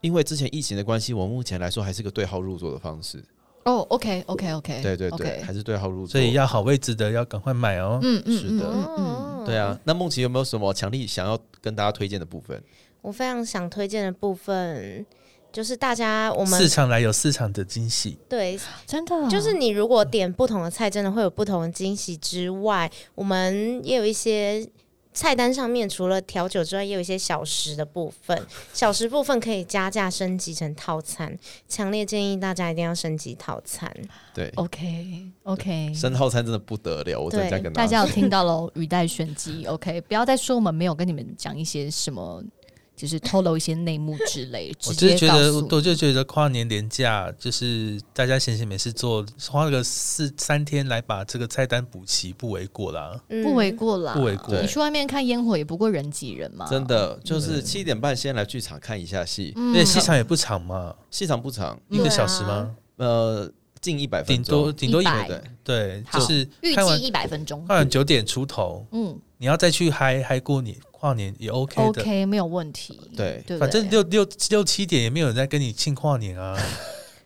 A: 因为之前疫情的关系，我目前来说还是个对号入座的方式。
B: 哦，OK，OK，OK，
A: 对对对
B: OK
A: 还是对号入座。
C: 所以要好位置的要赶快买哦。
B: 嗯嗯，
A: 是的
B: 嗯嗯
D: 哦
A: 对啊，那梦琪有没有什么强力想要跟大家推荐的部分？
D: 我非常想推荐的部分就是大家我们
C: 市场来有市场的惊喜，
D: 对
B: 嗯真的
D: 就是你如果点不同的菜，真的会有不同的惊喜。之外，我们也有一些菜单上面除了调酒之外，也有一些小食的部分。小食部分可以加价升级成套餐，强烈建议大家一定要升级套餐。
A: 对，
B: 哦 OK，OK，
A: 生套餐真的不得了，我只能
D: 对
A: 这样跟
B: 大
A: 家
B: 家有听到喽， *laughs* 语带玄机，OK，不要再说我们没有跟你们讲一些什么。就是透露一些内幕之类，
C: *laughs* 我
B: 直
C: 就
B: 接
C: 是觉
B: 告
C: 得，
B: 诉
C: 我就觉得跨年连假就是大家闲闲没事做，花个四三天来把这个菜单补齐，不为过啦。
D: 嗯
B: 不为过啦，
C: 不为过
B: 你去外面看烟火也不过人挤人嘛，
A: 真的
C: 嗯
A: 就是七点半先来剧场看一下戏，
B: 嗯。
C: 因为戏场也不长嘛，
A: 戏场不长，
D: 啊
C: 一个小时吗？
A: 呃，近一百分
C: 顶
A: 钟
C: 多，顶多一
B: 100
A: 对
C: 对，
B: 好
C: 就是
B: 预
C: 看
B: 计
C: 完
B: 一百分钟
C: 看，完九点出头，
B: 嗯
C: 你要再去嗨嗨过年跨年也 OK 的。
B: ，OK，没有问题，
A: 对
B: 对不对，
C: 反正六六六七点也没有人在跟你庆跨年啊，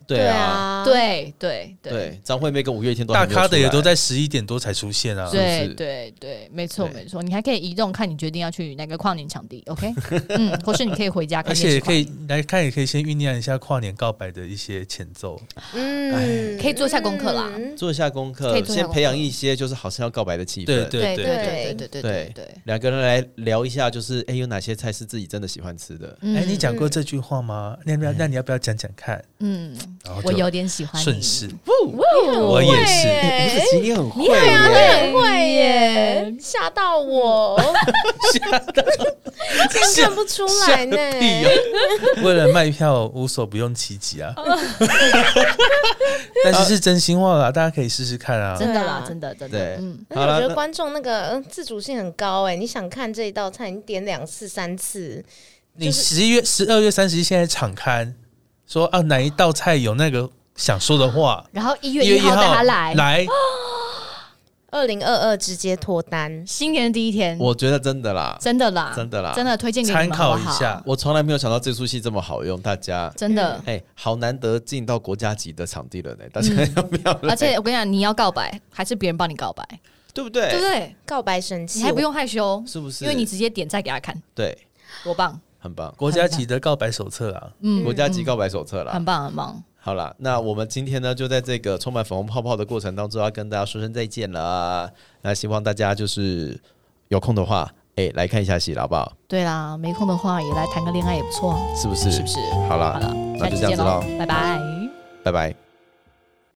A: 对啊，
B: 对对
A: 对，张惠妹跟五月天都还
C: 大
A: 没有
C: 咖的也
A: 出来
C: 都在十一点多才出现啊。
A: 是不
B: 对
A: 是
B: 对对，没错
A: 对
B: 没错，你还可以移动看你决定要去哪个跨年场地，OK，嗯，
C: *laughs*
B: 或是你可以回家看
C: 而
B: 电视跨
C: 且
B: 年，
C: 也可以来看，也可以先酝酿一下跨年告白的一些前奏。哎
D: 嗯，
B: 可以做一下功课啦
D: 嗯
A: 做一下功
B: 可
A: 课
B: 以，做一下
A: 先培养一些就是好像要告白的气氛。
C: 对
B: 对对
C: 对
B: 对对对对
A: 对
B: 对，
A: 两个人来聊一下，就是哎、诶有哪些菜是自己真的喜欢吃的？
B: 嗯
C: 哎，你讲过这句话吗？那你要不要那你要不要讲讲看？
B: 嗯，
C: 然
A: 哦
C: 后
B: 我
C: 就
B: 有点喜欢你
C: 顺势，
B: 我
C: 我也是
A: 诶不是，其实你很会
D: 对啊，
A: 耶，
D: 那很会耶，吓到我，这样看不出来呢。
C: *laughs* 为了卖票无所不用其极啊。 *laughs* 但是是真心话啦，大家可以试试看啊。
B: 真的
D: 对
B: 啦
D: 啊，
B: 真的真的
A: 对，
B: 嗯，
D: 而且
A: 好
D: 我
A: 了，
D: 觉得
A: 那
D: 观众那个嗯自主性很高哎、你想看这一道菜，你点两次、三次，
C: 你十一月、十二月三十一现在敞刊，说啊哪一道菜有那个想说的话，
B: 然后一
C: 一
B: 月一号带他来
C: 来，，来
D: 二零二二直接脱单。
B: 新年的第一天，
A: 我觉得真的啦，
B: 真的啦，
A: 真的啦
B: 真的推荐给你
C: 参
B: 们好
C: 考
B: 不
C: 一
B: 好，
C: 下。
A: 我从来没有想到这出戏这么好用，大家。
B: 真
D: 嗯
B: 的。
A: 哎、好难得进到国家级的场地了呢，大家要不要来？
B: 嗯而且我跟你讲，你要告白还是别人帮你告白，
A: 对不对？
B: 对不对？
D: 告白神器，
B: 你还不用害羞，
A: 是哎不是？
B: 因为你直接点再给他看，
A: 对，
B: 多棒！
A: 很棒，
C: 国家级的告白手册啊，
B: 嗯，
A: 国家级告白手册啦。
B: 很棒，很棒。
A: 好啦，那我们今天呢，就在这个充满粉红泡泡的过程当中，要跟大家说声再见了。那希望大家就是有空的话，哎、来看一下戏啦，好不好？
B: 对啦，没空的话也来谈个恋爱也不错啊，
A: 是不是？
B: 是不是？
A: 好啦，
B: 好了，
A: 那
B: 下
A: 就
B: 期
A: 这样
B: 见
A: 子
B: 喽
A: 喽，，
B: 拜拜。
A: 拜拜。